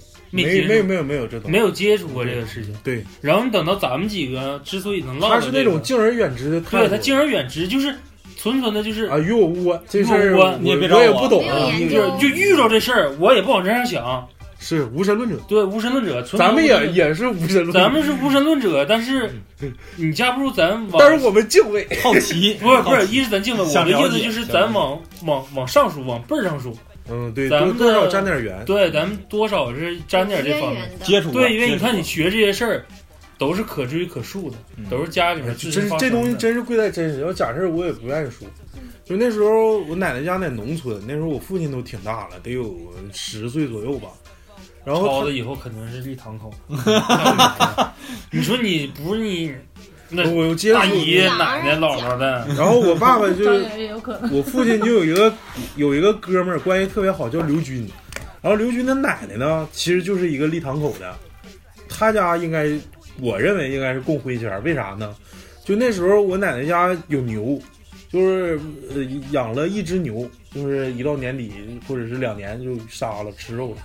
G: 没
K: 没接
G: 没有
K: 触
G: 没有没有这东西，
K: 没有接触过这个事情。
G: 对，
K: 然后你等到咱们几个之所以能唠
G: 他
K: 到
G: 是
K: 这
G: 那
K: 个，
G: 种敬而远之的态
K: 对
G: 度，
K: 他敬而远之，就是纯纯的，就是、
G: 啊与我无关，这事
K: 与
G: 儿
K: 我无
G: 我
K: 关
L: 你也别找
G: 我也
L: 我
G: 不懂
J: 没有
G: 啊，
J: 研
K: 就
J: 究
K: 是就遇到这事儿，我也不往这上想。
G: 是无神论者，
K: 对，无神论者，纯纯
G: 咱们
K: 无
G: 也
K: 神
G: 也是无神论者，
K: 咱们是无神论者，但是你架不住咱往，
G: 但是我们敬畏，
L: 好奇，
K: 不是不是，一是咱敬畏，我
L: 想
K: 的
L: 了
K: 意思
L: 解
K: 就是
L: 想了
K: 咱
L: 解
K: 往往往上数，往辈儿上数，
G: 嗯，对，
K: 咱
G: 多
K: 们
G: 多少
K: 的
G: 沾点缘，
K: 对，咱们多少是沾点这
J: 渊
K: 方面。
J: 源的。
L: 接触过
K: 对，因为你看，你
L: 接触
K: 学这些事儿，都是可追可溯的，都是家里面自
G: 哎真
K: 身
G: 是
K: 发
G: 嗯这
K: 生
G: 东西
K: 的
G: 真是贵在真实。要讲事儿，我也不愿意说。就那时候我奶奶家在农村，那时候我父亲都挺大了，得有十岁左右吧。然
K: 超
G: 后
K: 子以后肯定是立 堂口。你说你不是你那
G: 他我又接触
K: 大，姨、
J: 我
K: 奶奶、姥姥的，
G: 然后我爸爸就
M: 张远也有可能。
G: 我父亲就有一个有一个哥们儿，关系特别好，叫刘军。然后刘军的奶奶呢，其实就是一个立堂口的，他家应该我认为应该是供灰仙儿，为啥呢？就那时候我奶奶家有牛，就是呃养了一只牛，就是一到年底或者是两年就杀了吃肉了。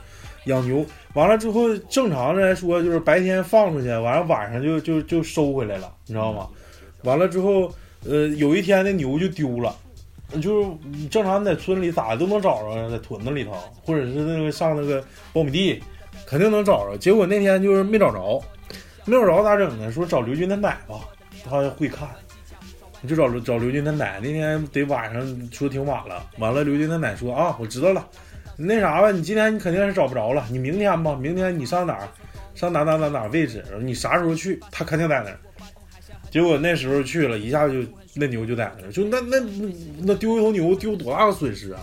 G: 养牛完了之后，正常的来说就是白天放出去，完了晚上就就就收回来了，你知道吗？完了之后，呃，有一天那牛就丢了，就是你正常在村里咋都能找着，在屯子里头，或者是那个上那个苞米地，肯定能找着。结果那天就是没找着，没找着咋整呢？说找刘军的奶吧，他会看。我就找刘找刘军他奶，那天得晚上说挺晚了，完了刘军他奶说啊，我知道了，那啥吧，你今天你肯定是找不着了，你明天吧，明天你上哪儿，上哪哪哪哪位置，你啥时候去，他肯定在那儿。结果那时候去了一下就那牛就在那儿，就那那那那丢一头牛丢多大个损失啊！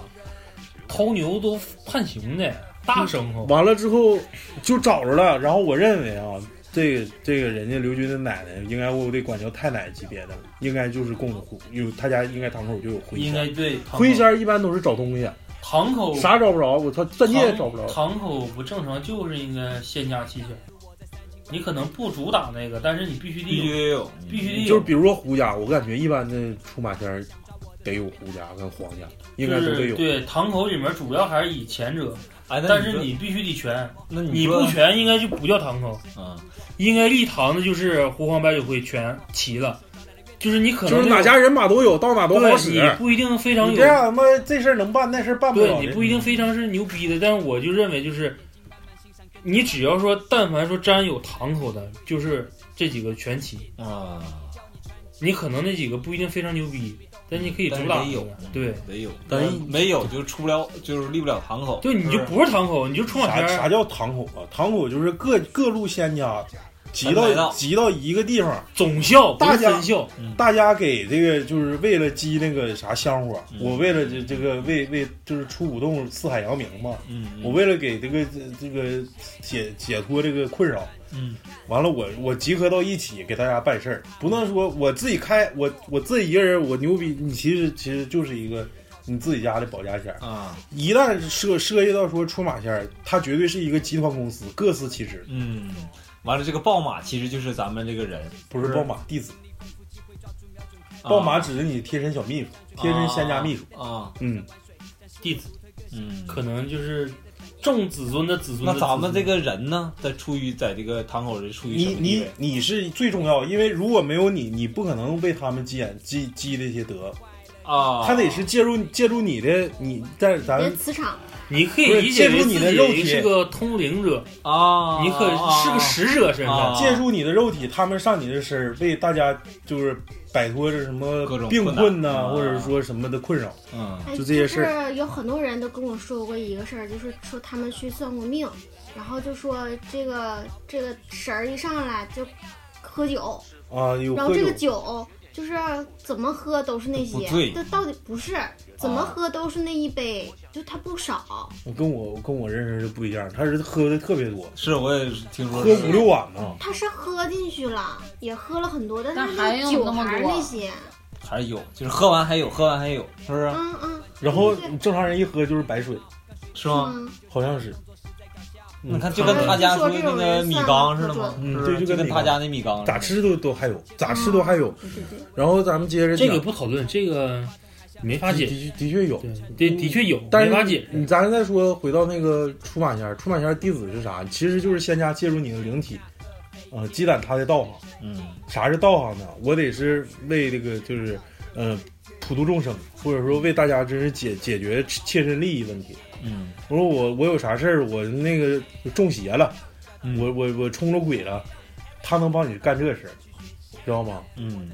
K: 偷牛都判刑的，大牲口。
G: 完了之后就找着了，然后我认为啊，这个这个人家刘军的奶奶应该我得管叫太奶级别的了，应该就是供的户，有他家应该堂口就有灰仙，
K: 应该对堂口
G: 灰仙一般都是找东西，啊
K: 堂口
G: 啥找不着，啊我操钻戒也
K: 堂
G: 找不着，
K: 堂口不正常就是应该限价七千，你可能不主打那个，但是你必须得
G: 必须得
K: 有，必须得
G: 就是
K: 有。
G: 比如说胡家，我感觉一般的出马仙儿得有胡家跟黄家，应该都得有。
K: 就是对，堂口里面主要还是以前者，
L: 哎那
K: 但
L: 你
K: 是
L: 说
K: 你必须得全。
L: 那
K: 你
L: 说
K: 不全，应该就不叫堂口。
L: 嗯，
K: 应该立堂的就是狐黄白酒会全齐了，就是你可能
G: 就是哪
K: 那种
G: 家人马都有，到哪都好使。
K: 对你不一定非常有
G: 你这样他妈这事儿能办，那事儿办不了。
K: 对你不一定非常是牛逼的，但是我就认为就是，你只要说但凡说沾有堂口的，就是这几个全齐
L: 啊。
K: 你可能那几个不一定非常牛逼，但你可以主打
L: 但是得有，
K: 对，
L: 得有，但是没有就出不了，就是立不了堂口。
K: 对，你就不是堂口，你就出马
G: 啥
K: 仙
G: 啥
K: 儿。
G: 叫堂口啊？堂口就是各各路仙家集
K: 来到
G: 到集到一个地方，
K: 总校不
G: 大
K: 是
G: 家
K: 分校，
G: 大家给这个就是为了积那个啥香火，
K: 嗯
G: 我为了这这个为为就是出五动四海扬名嘛，
L: 嗯
G: 我为了给这个这这个解解脱这个困扰，
L: 嗯，
G: 完了我我集合到一起给大家办事儿，不能说我自己开我我自己一个人我牛逼，你其实其实就是一个你自己家的保家仙儿
L: 啊。
G: 一旦涉涉及到说出马仙儿，它绝对是一个集团公司，各司其职，
L: 嗯，完了这个豹马其实就是咱们这个人，
G: 不是豹马弟子。
L: 啊
G: 豹马只是你贴身小秘书，贴身仙家秘书
L: 啊，
G: 嗯，
K: 弟子，
L: 嗯，
K: 可能就是众子孙的子孙
L: 那
K: 的子孙。
L: 咱们这个人呢，在处于在这个堂口是处于什
G: 你
L: 么地
G: 你
L: 位？
G: 你是最重要，因为如果没有你，你不可能为他们积眼积积这些德
L: 啊嗯
G: 他得是借助借助你的，你在咱
J: 人磁场，
K: 你可
G: 不
K: 以
G: 是
K: 理解
G: 借
K: 为
G: 助
K: 自
G: 你
K: 己
G: 的肉体
K: 是个通灵者
L: 啊
K: 你可是个使者身份。
G: 借助你的肉体，他们上你的身儿，为大家就是摆脱这什么
L: 种
G: 病
L: 困难
G: 困呐、
L: 啊
G: 或者说什么的困扰，
L: 嗯
J: 哎
G: 就这些事儿。
J: 是有很多人都跟我说过一个事儿，就是说他们去算过命，然后就说这个这个神儿一上来就喝酒，
G: 啊，有
J: 然后
G: 喝
J: 这
G: 酒
J: 个酒就是怎么喝都是那些
G: 不醉，
J: 但到底不是怎么喝都是那一杯，就它不少。
G: 我跟我跟我认识的不一样，他是喝的特别多，
L: 是我也听
G: 喝
L: 是
G: 五六碗呢，
J: 他是喝进去了，也喝了很多，但
I: 但
J: 是
I: 还
J: 那
I: 有
J: 酒
I: 那么
J: 还是
I: 多啊
J: 那些，
L: 还是有，就是喝完还有，喝完还有，是不是？
J: 嗯嗯，
G: 然后正常人一喝就是白水，
L: 是吗？
K: 嗯
G: 好像是。
J: 嗯
L: 你看，就跟他家说的那个米缸似的吗？
G: 嗯，
L: 是不
G: 对，
L: 是就
G: 跟
L: 跟他家那米缸似的，
G: 咋吃都都还有，咋吃
J: 哦
G: 都还有。然后咱们接着
K: 这
G: 讲
K: 个不讨论，这个没法解
G: 的的的确有，
K: 对，的确有，
G: 但
K: 没法解
G: 是。你咱再说回到那个出马仙儿，出马仙儿弟子是啥？其实就是仙家借助你的灵体，呃，积攒他的道行。
L: 嗯，
G: 啥是道行呢？我得是为这个就是，呃，普度众生，或者说为大家真是解解决切身利益问题。
L: 嗯，
G: 我说我我有啥事儿，我那个中邪了，
L: 嗯
G: 我我我冲着鬼了，他能帮你干这事儿，知道吗？
L: 嗯，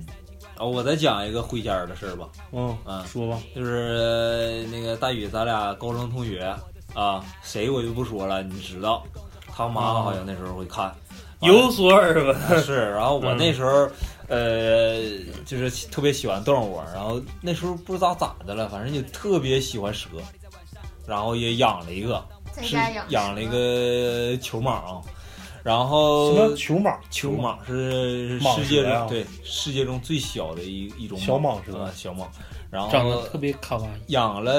L: 啊，我再讲一个灰仙儿的事儿吧。
G: 嗯
L: 啊，
G: 说吧，
L: 就是呃那个大宇，咱俩高中同学啊，谁我就不说了，你知道，他妈
K: 啊
L: 好像那时候会看，
K: 有所耳闻
L: 啊 是，然后我
K: 嗯
L: 那时候，呃，就是特别喜欢动物，然后那时候不知道咋的了，反正就特别喜欢蛇，然后也养了一个，
N: 在
L: 是
N: 家养
L: 养了一个球蟒啊，然后
G: 什么球蟒？
L: 球蟒是
G: 蟒
L: 世界
G: 蛇呀
L: 中对世界中最小的一一种
G: 小蟒蛇
L: 啊，小蟒，然后
K: 长得特别卡哇 伊，
L: 养了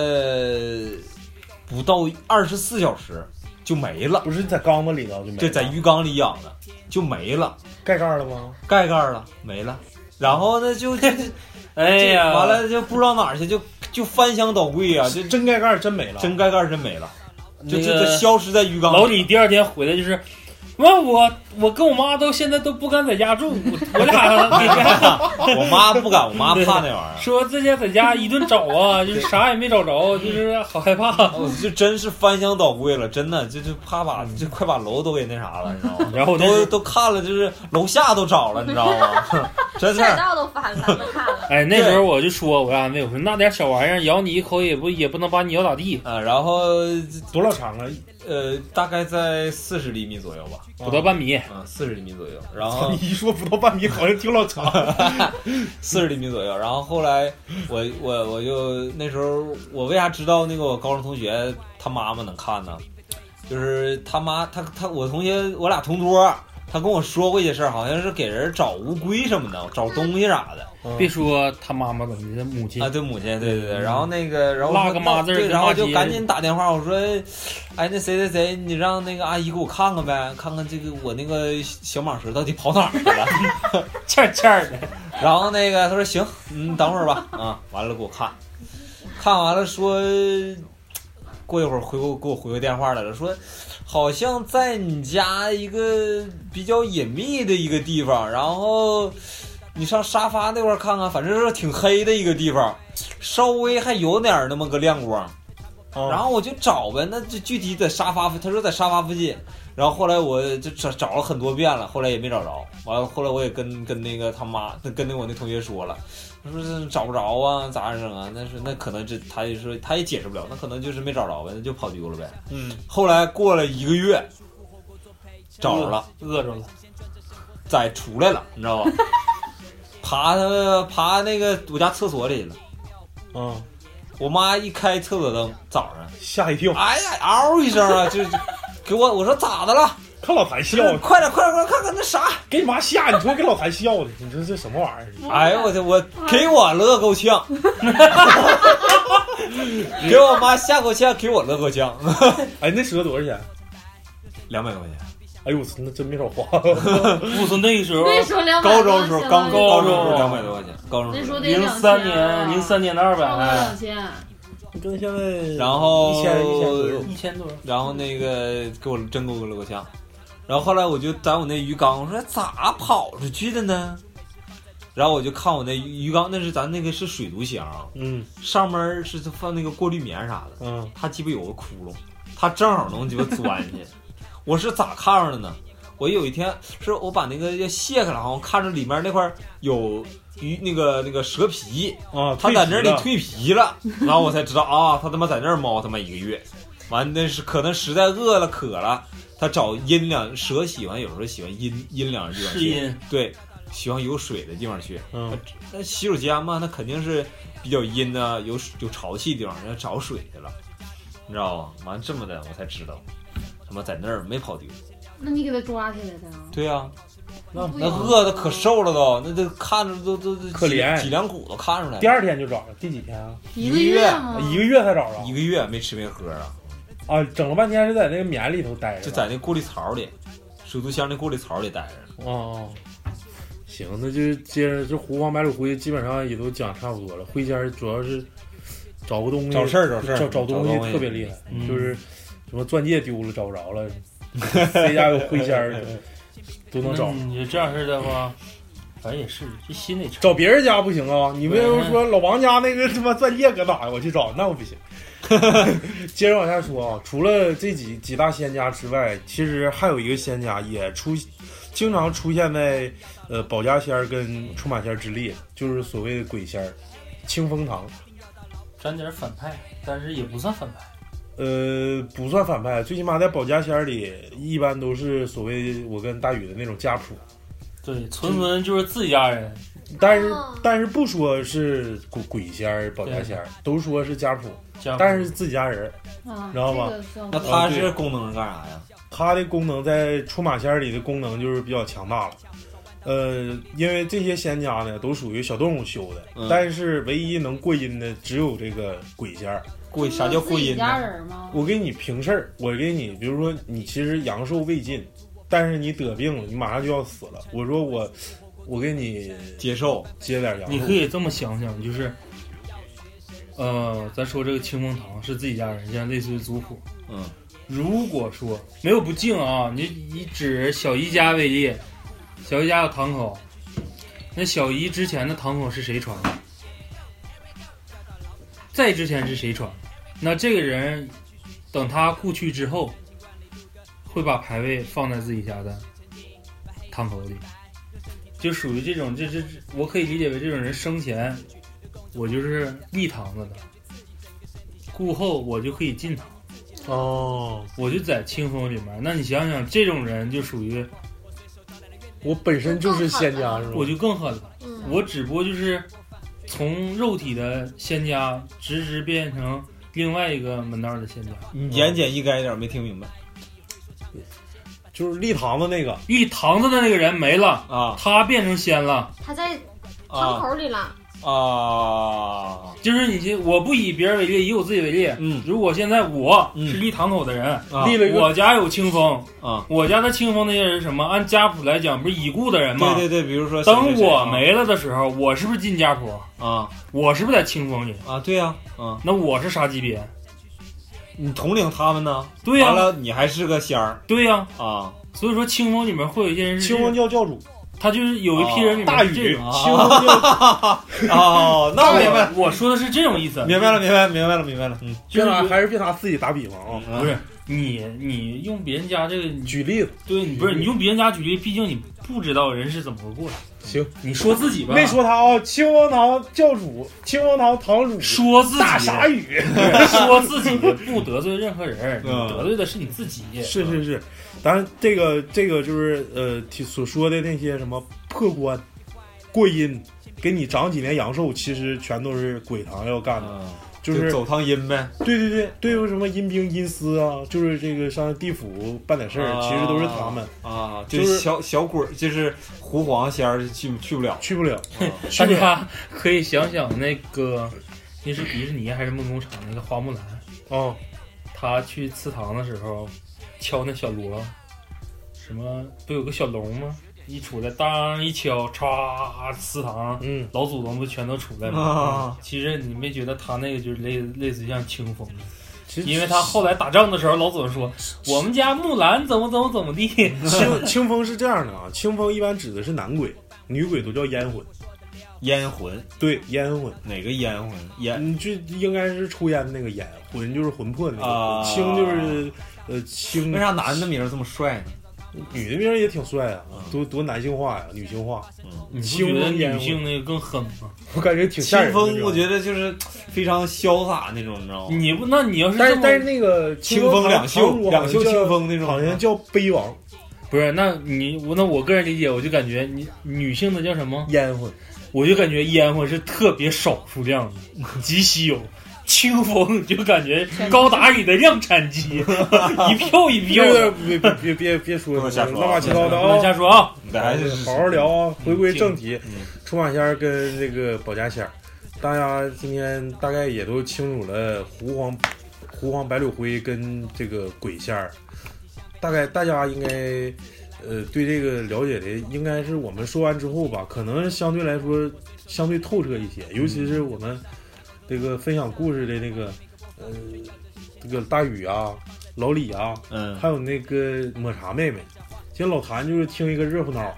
L: 不到二十四小时就没了，
G: 不是在缸子里头就没
L: 对，在鱼缸里养的就没了，
G: 盖盖了吗？
L: 盖盖了，没了。然后呢 就，
K: 哎呀
L: 完了就不知道哪儿去，就就翻箱倒柜啊，就
G: 真盖盖真没了，
L: 真盖盖真没了，就
K: 那
L: 就
K: 个
L: 就消失在鱼缸里。
K: 老李第二天回来就是，完我我跟我妈到现在都不敢在家住，我我俩
L: 我妈不敢，我妈怕那玩意儿。
K: 说这些在家一顿找啊，就是啥也没找着，就是好害怕。
L: 我哦就真是翻箱倒柜了，真的就就怕把就快把楼都给那啥了，你知 道吗？
K: 然后我那
L: 都都看了，就是楼下都找了，你知道吗？真事
N: 赛
L: 儿，
N: 道都翻了，都看了。
K: 哎，那时候我就说，我安慰我说那点小玩意儿咬你一口也不也不能把你咬咋地
L: 啊。然后
G: 多老长啊？
L: 呃，大概在四十厘米左右吧，
K: 不到半米。
L: 嗯，四十厘米左右。然后
G: 你一说不到半米，好像挺老长。
L: 四十厘米左右。然后后来我我我就那时候我为啥知道那个我高中同学他妈妈能看呢？就是他妈他他我同学我俩同桌。他跟我说过一些事儿，好像是给人找乌龟什么的，找东西啥的。
K: 嗯、别说他妈妈怎么的，母亲
L: 啊，对母亲，对对对。然后那个，然后
K: 拉个妈字
L: 对，然后就赶紧打电话，我说，哎，那谁谁谁，你让那个阿姨给我看看呗，看看这个我那个小蟒蛇到底跑哪儿去了，
K: 欠欠的。
L: 然后那个他说行，嗯，等会儿吧，啊，完了给我看，看完了说，过一会儿回给我给我回个电话来了，说。好像在你家一个比较隐秘的一个地方，然后你上沙发那块看看，反正是挺黑的一个地方，稍微还有点那么个亮光。
G: 哦、
L: 然后我就找呗，那就具体在沙发，他说在沙发附近。然后后来我就找找了很多遍了，后来也没找着。完了，后来我也跟跟那个他妈，跟那我那同学说了，他说是找不着啊，咋整啊？那是那可能这，他就说他也解释不了，那可能就是没找着呗，那就跑丢了呗。
G: 嗯。
L: 后来过了一个月，找着了，
K: 饿着了，
L: 再出来了，你知道吧？爬爬那个我家厕所里了。
G: 嗯。
L: 我妈一开厕所灯，早上
G: 吓一跳，
L: 哎呀，嗷一声啊，就。给我，我说咋的了？
G: 看老谭笑的，
L: 快点，快点，快点，看看那啥，
G: 给你妈吓！你说给老谭笑的，你说这什么玩意
L: 儿？哎呦我的，我给我乐够 呛，给我妈吓够呛，给我乐够呛。
G: 哎，那折多少钱？
L: 两百块钱。
G: 哎呦我操，那真没少花。
K: 我操，那时候
I: 那时候两百，
L: 高中时候刚
K: 高
L: 中两百多块钱，高中
I: 那时候得啊
K: 零三年，零三年的二百，哎
I: 两千。
G: 跟现在
L: 然后
G: 一千一千左右，
K: 一千多。
L: 然后那个给我真给我乐够呛，然后后来我就在我那鱼缸，我说咋跑出去的呢？然后我就看我那鱼缸，那是咱那个是水族箱，
G: 嗯，
L: 上面是放那个过滤棉啥的，
G: 嗯，
L: 它鸡巴有个窟窿，它正好能鸡巴钻进去。我是咋看着的呢？我有一天是我把那个要卸开了，好像看着里面那块有。鱼那个那个蛇皮
G: 啊，
L: 他在那里蜕皮了，然后我才知道啊，他他妈在那儿猫他妈一个月，完那是可能实在饿了渴了，他找阴凉蛇喜欢有时候喜欢阴阴凉的地方去，对，喜欢有水的地方去。
G: 嗯，
L: 那洗手间嘛，那肯定是比较阴的，有有潮气的地方，人家找水去了，你知道吧？完这么的我才知道，他妈在那儿没跑丢。
I: 那你给他抓起来的啊？
L: 对呀、啊。
I: 那
L: 那饿的可瘦了都，那都看着都都
G: 可怜，
L: 脊梁骨都看出来。
G: 第二天就找着，第几天啊？
I: 一
L: 个
I: 月，
K: 嗯
G: 一个月才找着，
L: 一个月没吃没喝啊！
G: 啊，整了半天是在那个棉里头待着，
L: 就在那过滤槽里，水族箱那过滤槽里待着。
G: 哦，行，那就接着这狐黄白柳灰基本上也都讲差不多了。灰仙主要是找个东西，
L: 找事儿找事儿，
G: 找
L: 找
G: 东西特别厉害，
K: 嗯
G: 就是什么钻戒丢了找不着了，谁家有灰仙 儿？都能找
K: 你这样式的话，反正也是这心里
G: 找别人家不行啊！你为什么说老王家那个他妈钻戒搁哪呀？我去找，那我 不行。接着往下说啊，除了这几几大仙家之外，其实还有一个仙家也出，经常出现在呃保家仙儿跟出马仙儿之列，就是所谓的鬼仙儿，清风堂，
K: 沾点反派，但是也不算反派。
G: 呃，不算反派，最起码在保家仙里，一般都是所谓我跟大宇的那种家谱。
K: 对，纯纯就是自己家人。
G: 但是但是不说是鬼鬼仙、保家仙，都说是家谱，但是自己家人，
M: 啊
G: 知道吗？
L: 那他是功能是干啥呀？
G: 他的功能在出马仙里的功能就是比较强大了。呃，因为这些仙家呢都属于小动物修的，
L: 嗯、
G: 但是唯一能过阴的只有这个鬼仙儿。
L: 过啥叫过阴呢？
G: 我给你平事儿，我给你，比如说你其实阳寿未尽，但是你得病了，你马上就要死了。我说我，我给你
L: 接受
G: 接点阳寿。
K: 你可以这么想想，就是，呃，咱说这个清风堂是自己家人，像类似于族谱。
L: 嗯，
K: 如果说没有不敬啊，你以指小姨家为例。小姨家有堂口，那小姨之前的堂口是谁传的？再之前是谁传？那这个人等他故去之后，会把牌位放在自己家的堂口里，就属于这种，这这这我可以理解为这种人生前我就是立堂子的，故后我就可以进堂。
G: 哦，
K: 我就在清风里面。那你想想，这种人就属于
N: 我本身就是仙家是吧？
K: 我就更狠了。
N: 嗯
K: 我只不过就是从肉体的仙家直直变成另外一个门道的仙家。
G: 嗯
L: 言简意赅一点，没听明白。
K: 就是立堂子那个，立堂子的那个人没了
L: 啊，
K: 他变成仙了
J: 他在窗口里了，
L: 啊。
K: 就是你这，我不以别人为例，以我自己为例。
L: 嗯，
K: 如果现在我是立堂口的人，
L: 啊立了一个
K: 我家有清风
L: 啊，
K: 我家的清风那些人是什么？按家谱来讲，不是已故的人吗？
L: 对对对，比如说谁谁
K: 等
L: 谁
K: 我
L: 啊
K: 没了的时候，我是不是进家谱
L: 啊？
K: 我是不是在清风里
L: 啊？对呀、啊，
K: 那我是啥级别？
L: 你统领他们呢？
K: 对呀
L: 完了你还是个仙儿。
K: 对呀、
L: 啊，
K: 所以说清风里面会有一些人是，
L: 清风
K: 教教主，他就是有一批人里面
L: 啊大
K: 是这
L: 禹
K: 种
L: 清风 教哦那我明白了
K: 我说的是这种意思，
L: 明白了，明白了，明白了，明白了。嗯，
K: 就是
G: 别拿还是别拿自己打比方啊。
K: 不是你，你用别人家这个
G: 举例子，
K: 对，你不是你用别人家举例，毕竟你不知道人是怎么个过来。
G: 行，
K: 你说自己吧，
N: 没说他啊，清风堂教主，清风堂堂主，
K: 说自己
N: 大傻雨，
K: 对说自己不得罪任何人，你
G: 嗯
K: 得罪的是你自己。
G: 是是是，当然这个这个就是呃提所说的那些什么破官、过阴，给你长几年阳寿，其实全都是鬼堂要干的，
K: 啊
G: 就是
L: 就走趟阴呗。
G: 对对对，对付什么阴兵阴司啊，就是这个上地府办点事儿，
L: 啊
G: 其实都是他们。
L: 啊，
G: 就
L: 就是是小小鬼儿，就是狐黄仙儿去不去不了，
G: 去不
K: 啊
G: 了。啊
K: 大家可以想想那个，那是迪士尼还是梦工厂那个花木兰？
G: 哦，
K: 他去祠堂的时候敲那小锣，什么不有个小龙吗？一杵来，当一敲，歘，祠堂，
G: 嗯，
K: 老祖宗不全都出来吗？
L: 啊
K: 其实你没觉得他那个就是类类似于像清风吗？因为他后来打仗的时候，老祖宗说我们家木兰怎么怎么怎么 地，
G: 清清风是这样的啊，清风一般指的是男鬼，女鬼都叫烟魂。
L: 烟魂，
G: 对，烟魂，
L: 哪个烟魂？烟，
G: 你就应该是抽烟的那个烟，魂就是魂魄的那个
L: 啊
G: 魂，清就是呃清。
K: 嗯
L: 为啥男的名儿这么帅呢？
G: 女的名儿也挺帅啊，多多男性化呀，女性化。
K: 你不
G: 清
K: 觉得
G: 风烟
K: 女
G: 魂
K: 性那个更狠吗？
G: 我感觉挺吓人的
L: 清
G: 这
L: 风，
G: 种
L: 我觉得就是非常潇洒那种，你知道吗？
K: 你不，那你要是
G: 但
K: 这
G: 是
K: 么
G: 但是那个
L: 清风两袖，两袖清风那种，啊
G: 好像叫悲王，
K: 不是？那你我那我个人理解，我就感觉你女性的叫什么
G: 烟魂，
K: 我就感觉烟魂是特别少数量的， 极稀有。清风就感觉高达里的量产 机，一票一票的。
G: 别别别别别说
K: 能瞎说啊
G: 乱七八糟的
K: 不
G: 啊！
K: 能瞎说啊
L: 还是嗯
G: 好好聊啊！回归正题，出马仙儿跟这个保家仙儿，大家今天大概也都清楚了狐黄、狐黄白柳灰跟这个鬼仙儿，大概大家应该呃对这个了解的，应该是我们说完之后吧，可能相对来说相对透彻一些，尤其是我们这个分享故事的那个呃这个大宇啊、老李啊，
L: 嗯，
G: 还有那个抹茶妹妹。其实老谭就是听一个热乎闹，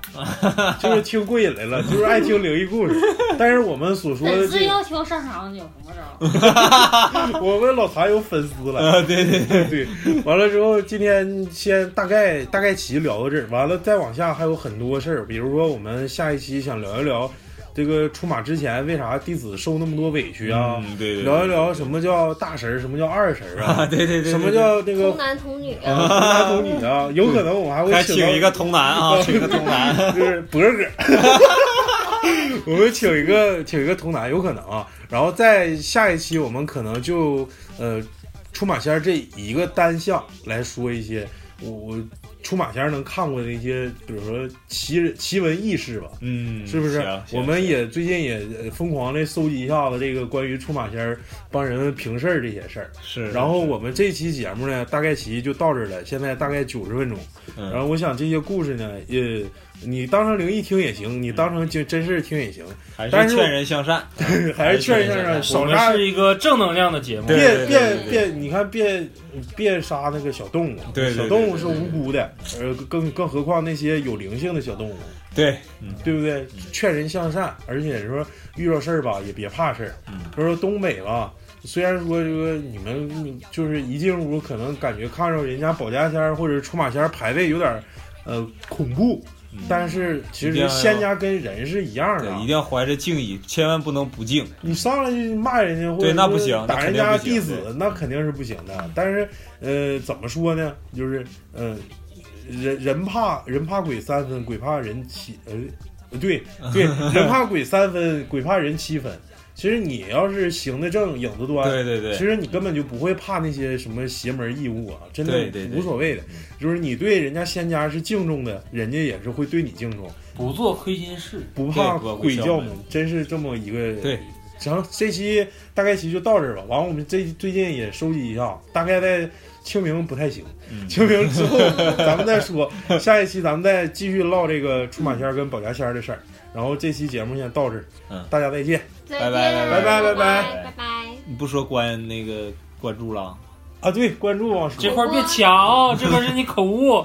G: 就是听过瘾来了，就是爱听灵异故事。 但是我们所说的
M: 粉
G: 这
M: 丝
G: 个，
M: 要求上场有什么招？
G: 我们老谭有粉丝了
L: 啊对对
G: 对对。完了之后，今天先大概大概齐聊到这儿，完了再往下还有很多事儿，比如说我们下一期想聊一聊这个出马之前为啥弟子受那么多委屈啊？
L: 嗯对对对
G: 聊一聊什么叫大神儿，什么叫二神儿啊？
L: 啊对对对对
G: 什么叫那个
J: 童男童女
G: 啊童男童女啊？有可能我们
L: 还
G: 还会
L: 请一个童男 啊，请一个童男，
G: 就是博哥。 我们请一个请一个童男，有可能啊。然后在下一期，我们可能就呃，出马仙儿这一个单项来说一些我我出马仙儿能看过的一些，比如说奇人奇闻异事吧，
L: 嗯，
G: 是不是？
L: 行行
G: 我们也最近也呃疯狂的搜集一下子这个关于出马仙儿帮人们平事儿这些事儿。
L: 是
G: 然后我们这期节目呢，大概其就到这儿了，现在大概九十分钟。
L: 嗯
G: 然后我想这些故事呢，也你当成灵异听也行，你当成就真事儿听也行，
L: 还
G: 但
L: 是
G: 是，
L: 劝人向善
G: 还是劝人向善
K: 我
G: 少
K: 们
G: 杀
K: 是一个正能量的节目，
G: 别别别，你看别别杀那个小动物，
L: 对对对
G: 小动物是无辜的，呃，更更何况那些有灵性的小动物，
L: 对，
G: 对不对？劝人向善，而且说遇到事儿吧，也别怕事儿。
L: 嗯
G: 就说东北吧，虽然说这个你们就是一进屋，可能感觉看着人家保家仙儿或者出马仙儿排位有点儿呃恐怖，
L: 嗯
G: 但是其实仙家跟人是一样
L: 对
G: 的，，啊
L: 一定要怀着敬意，千万不能不敬。
G: 你上来就骂人家，或者
L: 对那不
G: 说
L: 行那
G: 打人
L: 肯定
G: 家
L: 不行
G: 弟子，那肯定是不行的。但是，呃，怎么说呢？就是，呃，人人怕人怕鬼三分，鬼怕人七，呃， 对对，人怕鬼三分，鬼怕人七分。其实你要是行得正，影子端，
L: 对对对
G: 其实你根本就不会怕那些什么邪门异物啊，真的
L: 对对对嗯
G: 无所谓的。就是你对人家仙家是敬重的，人家也是会对你敬重。
K: 不做亏心事，
G: 不怕鬼叫
K: 门
G: 门，真是这么一个。
K: 对，
G: 行，这期大概期就到这儿吧。完，我们这最近也收集一下，大概在清明不太行，清明之后咱们再说。下一期咱们再继续唠这个出马仙儿跟保家仙儿的事儿。然后这期节目先到这儿，大家再见，
L: 再见拜拜
G: 拜拜拜
L: 拜
G: 拜
L: 你不说关那个关注了
G: 啊！对，关注啊，
L: 这块儿别
K: 抢，啊这块是你口误，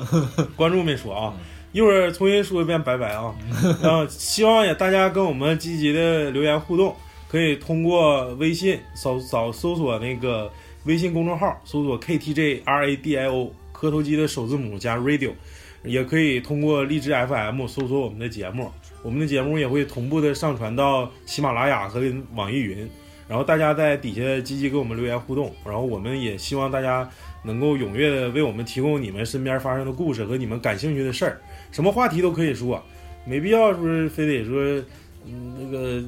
G: 关注没说啊。一会儿重新说一遍拜拜啊！然后希望也大家跟我们积极的留言互动，可以通过微信扫扫搜索那个微信公众号，搜索 KTJ RADIO 磕头机的首字母加 radio，也可以通过荔枝 FM 搜索我们的节目，我们的节目也会同步的上传到喜马拉雅和网易云。然后大家在底下积极给我们留言互动，然后我们也希望大家能够踊跃的为我们提供你们身边发生的故事和你们感兴趣的事儿，什么话题都可以说，没必要说非得说，嗯，那个呃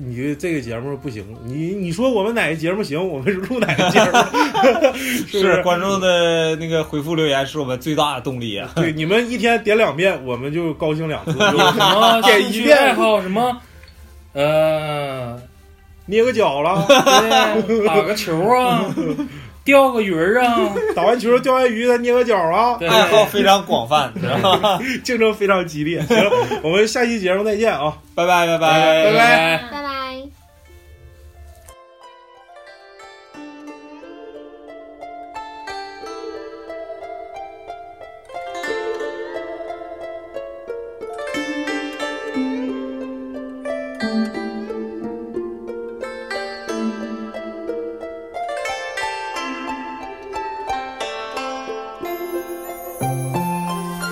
G: 你这个节目不行，你你说我们哪个节目行，我们是录哪个节目，是不
L: 是观众的那个回复留言是我们最大的动力啊！
G: 对，你们一天点两遍，我们就 高兴两次。
K: 有 什
G: 点
K: 么啊兴
G: 一
K: 趣
G: 遍
K: 爱好什么，呃，
G: 捏个脚了，
K: 对打个球啊，钓个鱼儿啊，
G: 打完球钓完鱼再捏个脚啊，
L: 爱好非常广泛，知道吗？
G: 竞争非常激烈。行，我们下期节目再见啊，
L: 拜拜拜
G: 拜拜拜。
J: 拜拜。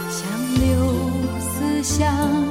O: 像柳丝香